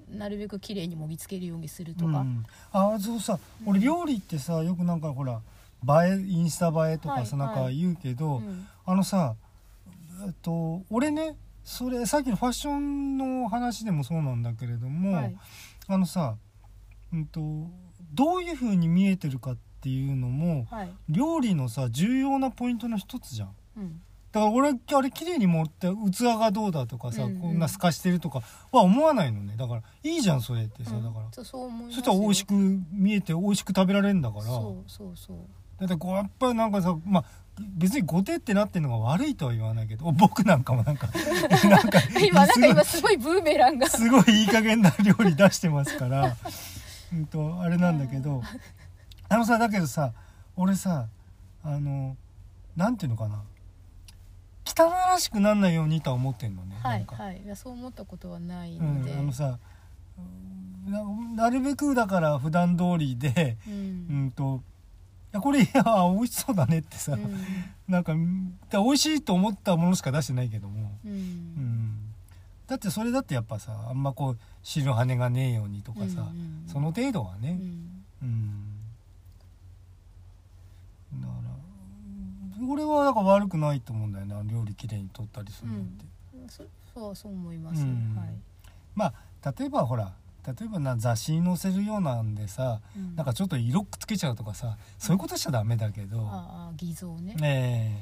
Speaker 2: なるべく綺麗にもぎつけるようにするとか、
Speaker 1: うんあそうさ俺料理ってさよくなんかほら映えインスタ映えとかさ
Speaker 2: はい
Speaker 1: なんか言うけど、
Speaker 2: うん
Speaker 1: あのさえっと俺ねそれさっきのファッションの話でもそうなんだけれども、
Speaker 2: はい
Speaker 1: あのさ、うん、とどういう風に見えてるかっていうのも
Speaker 2: はい
Speaker 1: 料理のさ重要なポイントの一つじゃん。
Speaker 2: うん
Speaker 1: だから俺あれ綺麗に盛って器がどうだとかさ、
Speaker 2: うんうん
Speaker 1: こんな透かしてるとかは思わないのねだからいいじゃんそれってさ、
Speaker 2: うん
Speaker 1: だから
Speaker 2: そうそう思います
Speaker 1: そしたら美味しく見えて美味しく食べられるんだから
Speaker 2: そうそうそう
Speaker 1: だってこうやっぱりなんかさまあ別に後手ってなってるのが悪いとは言わないけど 僕なんかもなんかなんか
Speaker 2: 今なんか今
Speaker 1: す
Speaker 2: すごいブーメラン
Speaker 1: ご
Speaker 2: が
Speaker 1: いすごいいい加減な料理出してますから うんとあれなんだけどあのさだけどさ俺さあのなんていうのかな汚らしくなんないようにとは思ってんのね、
Speaker 2: は
Speaker 1: なん
Speaker 2: い
Speaker 1: か、
Speaker 2: はいいやそう思ったことはない
Speaker 1: うん
Speaker 2: ので、
Speaker 1: あのさななるべくだから普段通りで
Speaker 2: う
Speaker 1: うんんといやこれいや美味しそうだねってさ、
Speaker 2: うん
Speaker 1: なんかうんだから美味しいと思ったものしか出してないけども、
Speaker 2: う
Speaker 1: うんん、だってそれだってやっぱさあんまこう汁跳ねがねえようにとかさ、
Speaker 2: うん
Speaker 1: その程度は
Speaker 2: う
Speaker 1: ね、
Speaker 2: ん
Speaker 1: うんだからうん俺はだから悪くないと思うんだよな料理きれいに取ったりするのって、
Speaker 2: そそうそう思います、
Speaker 1: うん
Speaker 2: はい、
Speaker 1: まあ例えばほら例えばな雑誌に載せるようなんでさ
Speaker 2: うん
Speaker 1: なんかちょっと色くっつけちゃうとかさそういうことしちゃダメだけど、
Speaker 2: ああ偽造ね
Speaker 1: ね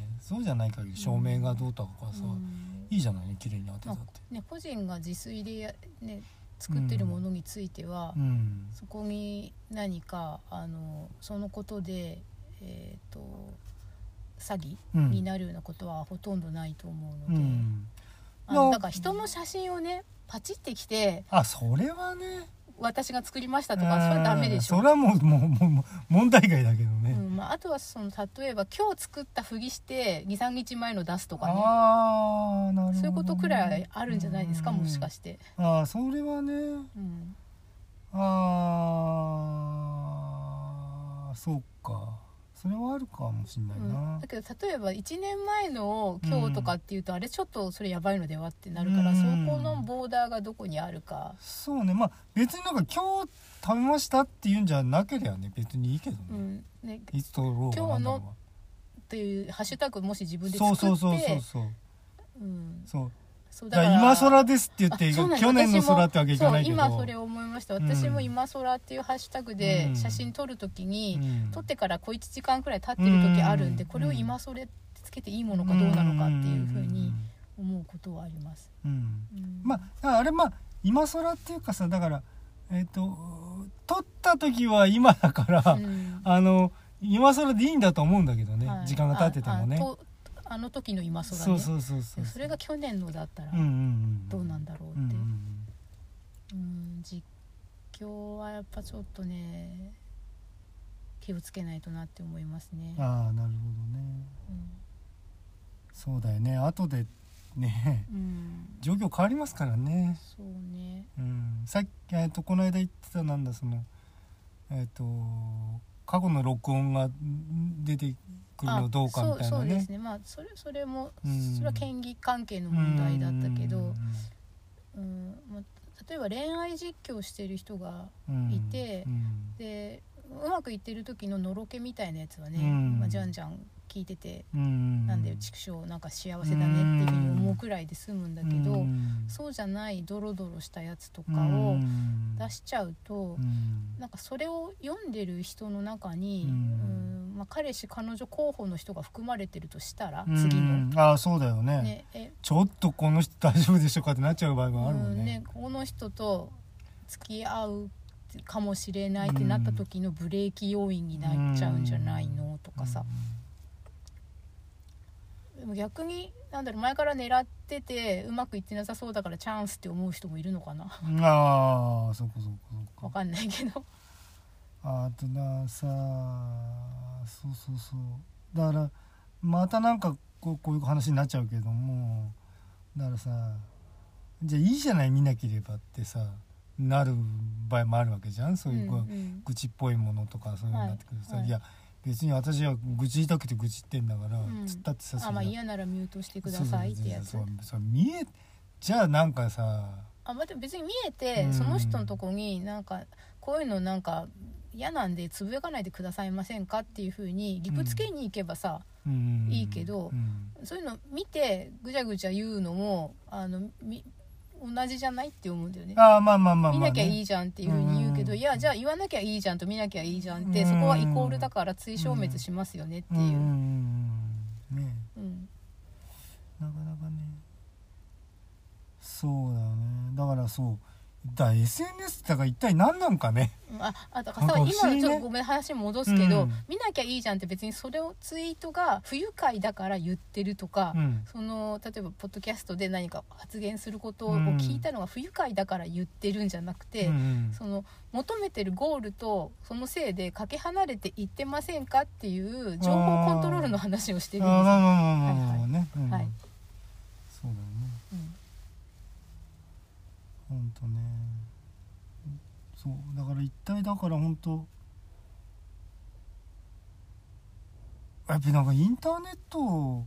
Speaker 1: えそうじゃない限り照明がどうとかさ、
Speaker 2: うん
Speaker 1: いいじゃないね綺麗に当てた
Speaker 2: ま
Speaker 1: っ
Speaker 2: あ
Speaker 1: て、
Speaker 2: ね、個人が自炊でや、ね、作ってるものについては、
Speaker 1: うん
Speaker 2: そこに何かあのそのことで、えー、と詐欺
Speaker 1: うん
Speaker 2: になるようなことはほとんどないと思う
Speaker 1: う
Speaker 2: ので、
Speaker 1: ん
Speaker 2: あの
Speaker 1: な
Speaker 2: だから人の写真をねパチってきて
Speaker 1: あそれはね
Speaker 2: 私が作りましたとかそれはダメでしょ。
Speaker 1: うんそれはもうもうもうもう問題外だけど
Speaker 2: う
Speaker 1: ね、
Speaker 2: んまあ、あとはその例えば今日作ったふぎして23日前の出すとかね
Speaker 1: ああなるほどね、
Speaker 2: そういうことくらいあるんじゃないですかもしか
Speaker 1: て
Speaker 2: して。
Speaker 1: ああそれはね
Speaker 2: うん
Speaker 1: ああそうかそれはあるかもしんない
Speaker 2: うん
Speaker 1: な
Speaker 2: だ、けど例えば1年前のを今日とかっていうと、あれちょっとそれやばいのではってなるから、
Speaker 1: うん
Speaker 2: そこのボーダーがどこにあるか、
Speaker 1: そうねまあ別になんか今日食べましたっていうんじゃなければね別にいいけどね、
Speaker 2: うんね、
Speaker 1: いつ撮ろうかな
Speaker 2: 今日の
Speaker 1: なんだろ
Speaker 2: というハッシュタグもし自
Speaker 1: う
Speaker 2: 分で
Speaker 1: そ
Speaker 2: 作
Speaker 1: う
Speaker 2: って
Speaker 1: そうそうそうそう
Speaker 2: うん
Speaker 1: そう
Speaker 2: そう
Speaker 1: だから今空ですって言って
Speaker 2: あそうなんです
Speaker 1: 去年の空ってわけいかないけど
Speaker 2: そう今それを思いました
Speaker 1: うん
Speaker 2: 私も「今空」っていうハッシュタグで
Speaker 1: うん
Speaker 2: 写真撮るときに、
Speaker 1: うん
Speaker 2: 撮ってから小1時間くらい経ってる時あるんで、
Speaker 1: うん
Speaker 2: これを「今それ」つけていいものかどうなのかっていうふうに思うことはあります。
Speaker 1: うん、うん
Speaker 2: うん
Speaker 1: まあだからあれまあ今空っていうかさだからえっ、と撮った時は今だから、
Speaker 2: うん
Speaker 1: あの今空でいいんだと思うんだけどね、
Speaker 2: はい
Speaker 1: 時間が経っててもね
Speaker 2: ああとあの時の今空ね
Speaker 1: そうそうそうそう
Speaker 2: それが去年のだったら
Speaker 1: うんうんうん
Speaker 2: どうなんだろう
Speaker 1: うん
Speaker 2: って、
Speaker 1: う
Speaker 2: うん実況はやっぱちょっとね気をつけないとなって思いますね
Speaker 1: うん、ああなるほどね
Speaker 2: うん
Speaker 1: そうだよね後でね
Speaker 2: うん
Speaker 1: 状況変わりますからね、
Speaker 2: そうね
Speaker 1: うん、さっき、えー、とこの間言ってたなんだそのえっ、と過去の録音がん出てくるのどうかみたい
Speaker 2: あそ
Speaker 1: な
Speaker 2: うそうです
Speaker 1: ね
Speaker 2: ねまあそれそれも
Speaker 1: うん
Speaker 2: それは権利関係の問題だったけど、うんまあ、例えば恋愛実況してる人が
Speaker 1: うん
Speaker 2: いて
Speaker 1: うん
Speaker 2: でうまくいってる時ののろけみたいなやつはね、
Speaker 1: うん
Speaker 2: まあ、じゃんじゃん聞いてて、
Speaker 1: うん
Speaker 2: なんで畜生なんか幸せだねっていうふうに思うくらいで済むんだけど、
Speaker 1: うん
Speaker 2: そうじゃないドロドロしたやつとか
Speaker 1: う
Speaker 2: を
Speaker 1: ん
Speaker 2: 出しちゃうと、
Speaker 1: うん
Speaker 2: なんかそれを読んでる人の中に、
Speaker 1: うん
Speaker 2: うんまあ、彼氏彼女候補の人が含まれてるとしたら、
Speaker 1: うん
Speaker 2: 次の。
Speaker 1: ああそうだよね
Speaker 2: ねえ
Speaker 1: ちょっとこの人大丈夫でしょうかってなっちゃう場合もあるも
Speaker 2: うん
Speaker 1: ね,、
Speaker 2: んね、この人と付き合うかもしれないってなった時のブレーキ要因になっちゃうんじゃないのとかさ、でも逆になんだろう前から狙っててうまくいってなさそうだからチャンスって思う人もいるのかな
Speaker 1: うんああそうかそうかそうか
Speaker 2: わかんないけど
Speaker 1: あとなさそうそうそうだからまたなんかこうこういう話になっちゃうけどもだからさじゃあいいじゃない見なければってさなる場合もあるわけじゃんそういう、こう
Speaker 2: うん
Speaker 1: 愚痴っぽいものとかそういうのになってくるとさ、
Speaker 2: はい
Speaker 1: い
Speaker 2: はい
Speaker 1: や別に私は愚痴りたくて愚痴ってんだから、
Speaker 2: うん
Speaker 1: つったってさ
Speaker 2: うんあまあ
Speaker 1: それ
Speaker 2: 嫌ならミュートしてくださいってやつ
Speaker 1: そうそうそうそう見えじゃあなんかさ
Speaker 2: あまあでも別に見えて、
Speaker 1: うん
Speaker 2: その人のとこになんかこういうのなんか嫌なんでつぶやかないでくださいませんかっていうふうにリプつけに行けばさ、
Speaker 1: うん
Speaker 2: いいけど
Speaker 1: うん
Speaker 2: そういうの見てぐちゃぐちゃ言うのもあのみ同じじゃないって思うんだよね。
Speaker 1: ああまあまあまあ
Speaker 2: 見
Speaker 1: まあ、ね、
Speaker 2: なきゃいいじゃんっていうふうに言うけど、
Speaker 1: うん
Speaker 2: いやじゃあ言わなきゃいいじゃんと見なきゃいいじゃんって、
Speaker 1: うん
Speaker 2: そこはイコールだから追消滅しますよねっていうう、
Speaker 1: ん
Speaker 2: う
Speaker 1: うんうんねなかなかねそうだよねだからそうだから SNS だから一体何なんかね
Speaker 2: ああだから
Speaker 1: な
Speaker 2: さ、
Speaker 1: んか不思
Speaker 2: 今
Speaker 1: 議ね
Speaker 2: ちょっとごめん話戻すけど、
Speaker 1: うん
Speaker 2: 見なきゃいいじゃんって別にそれをツイートが不愉快だから言ってるとか、
Speaker 1: うん
Speaker 2: その例えばポッドキャストで何か発言することを聞いたのが不愉快だから言ってるんじゃなくて、
Speaker 1: うん
Speaker 2: その求めてるゴールとそのせいでかけ離れていってませんかっていう情報コントロールの話をしてるん
Speaker 1: あ
Speaker 2: です
Speaker 1: あま
Speaker 2: よ
Speaker 1: あまあまあまあまあね、うん
Speaker 2: はい
Speaker 1: そうだよね
Speaker 2: うん
Speaker 1: ほんとねそうだから一体だからほんとやっぱりなんかインターネット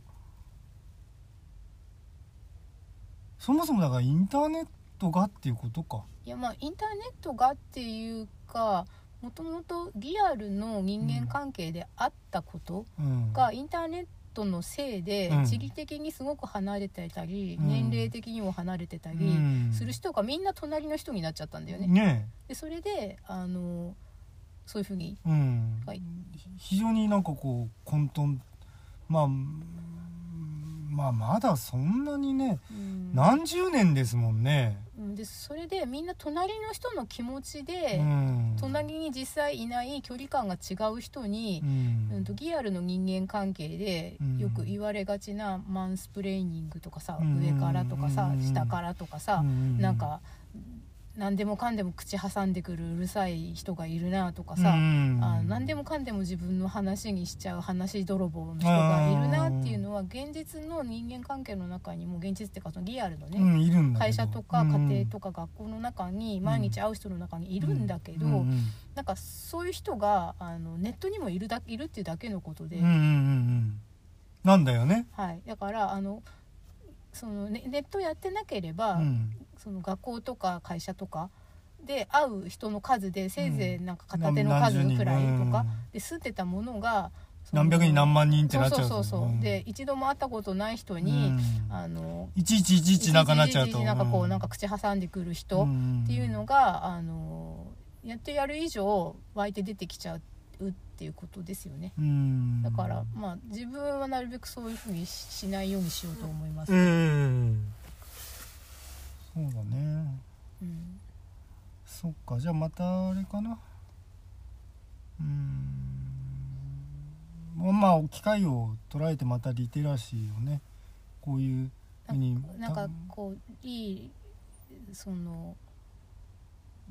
Speaker 1: そもそもだからインターネットがっていうことか
Speaker 2: いやまあインターネットがっていうかもともとリアルの人間関係であったこと
Speaker 1: うん
Speaker 2: がインターネットのせいで
Speaker 1: うん
Speaker 2: 地理的にすごく離れてたり、
Speaker 1: うん
Speaker 2: 年齢的にも離れてたりする人がみんな隣の人になっちゃったんだよ
Speaker 1: ね
Speaker 2: ね。
Speaker 1: ね
Speaker 2: でそれであのそういうふうに
Speaker 1: えうん、
Speaker 2: はい
Speaker 1: 非常になんかこう混沌まあうんまあまだそんなにね
Speaker 2: うん
Speaker 1: 何十年ですもんね、
Speaker 2: うんでそれでみんな隣の人の気持ちで、
Speaker 1: うん、
Speaker 2: 隣に実際いない距離感が違う人に
Speaker 1: う、ん
Speaker 2: うんとリアルの人間関係で
Speaker 1: うん
Speaker 2: よく言われがちなマンスプレーニングとかさ、
Speaker 1: うん
Speaker 2: 上からとかさ、
Speaker 1: うん
Speaker 2: 下からとかさ
Speaker 1: う、ん
Speaker 2: なんか何でもかんでも口挟んでくるうるさい人がいるなとかさ、
Speaker 1: うん
Speaker 2: あ何でもかんでも自分の話にしちゃう話泥棒の人がいるなっていうのは現実の人間関係の中にも現実っていうかそのリアルのね、
Speaker 1: うんいるんだ
Speaker 2: 会社とか家庭と
Speaker 1: か
Speaker 2: か学校の中に毎日会う人の中にい
Speaker 1: い
Speaker 2: るんだけど、なんかそういう人があのネットにもいるだいるっていうだけのことで、
Speaker 1: なんだよね、
Speaker 2: はい、だからあのそのネネットやってなければ、
Speaker 1: うん
Speaker 2: その学校とか会社とかで会う人の数でせいぜいなんか片手の数くらいと
Speaker 1: 何十人う
Speaker 2: か
Speaker 1: ん、
Speaker 2: で住んでたものがその
Speaker 1: 何百人何万人ってなっちゃう
Speaker 2: そうそうそうそう、
Speaker 1: ん
Speaker 2: で一度も会ったことない人
Speaker 1: う
Speaker 2: に、
Speaker 1: ん
Speaker 2: あの
Speaker 1: いちいちいちいちなんかなっちゃう
Speaker 2: い
Speaker 1: と
Speaker 2: いなんかこうなんか口挟んでくる人、っていうの
Speaker 1: が
Speaker 2: が、あのやってやる以上湧いて出てきちゃうっていうことですよねだから、まあ自分はなるべくそういうふうにししないようにしようと思います、
Speaker 1: う
Speaker 2: うん
Speaker 1: んそうだねそっかじゃあまたあれかなうーんまあ機会を捉えてまたリテラシーをねこういうふうに
Speaker 2: なんか
Speaker 1: た
Speaker 2: こういいその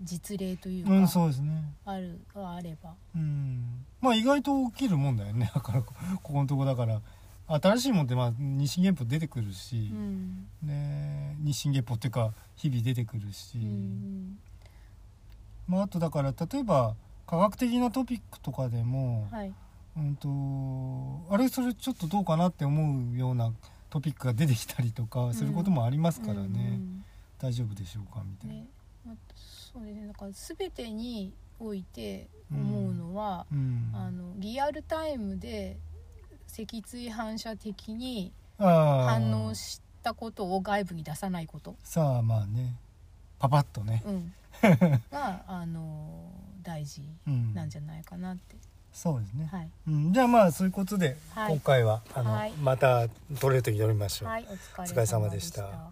Speaker 2: 実例というか、
Speaker 1: うんそうですね
Speaker 2: あるがあれば
Speaker 1: うんまあ意外と起きるもんだよねだからこここのとこだから新しいもんって、まあ、日進月歩出てくるし
Speaker 2: う、ん
Speaker 1: ね、日進月歩っていうか日々出てくるし、
Speaker 2: うん
Speaker 1: まあ、あとだから例えば科学的なトピックとかでも、
Speaker 2: はい
Speaker 1: うん、とあれそれちょっとどうかなって思うようなトピックが出てきたりとかすることもありますからね、
Speaker 2: うん
Speaker 1: 大丈夫でしょうかみたいな。
Speaker 2: ねあとそうですねなんか全てにおいて
Speaker 1: うん
Speaker 2: 思うのは、
Speaker 1: うん、
Speaker 2: あのリアルタイムで脊椎反射的に
Speaker 1: あー
Speaker 2: 反応したことを外部に出さないこと、
Speaker 1: さあまあねパパッとね、
Speaker 2: うん、があの大事
Speaker 1: うん、
Speaker 2: なんじゃないかなって、
Speaker 1: そうですね、
Speaker 2: はい、
Speaker 1: うん、じゃあまあそういうことで、
Speaker 2: はい
Speaker 1: 今回はあの、
Speaker 2: はい
Speaker 1: また取れる時に読みましょう。
Speaker 2: はい、お疲れ様
Speaker 1: お疲れ様でした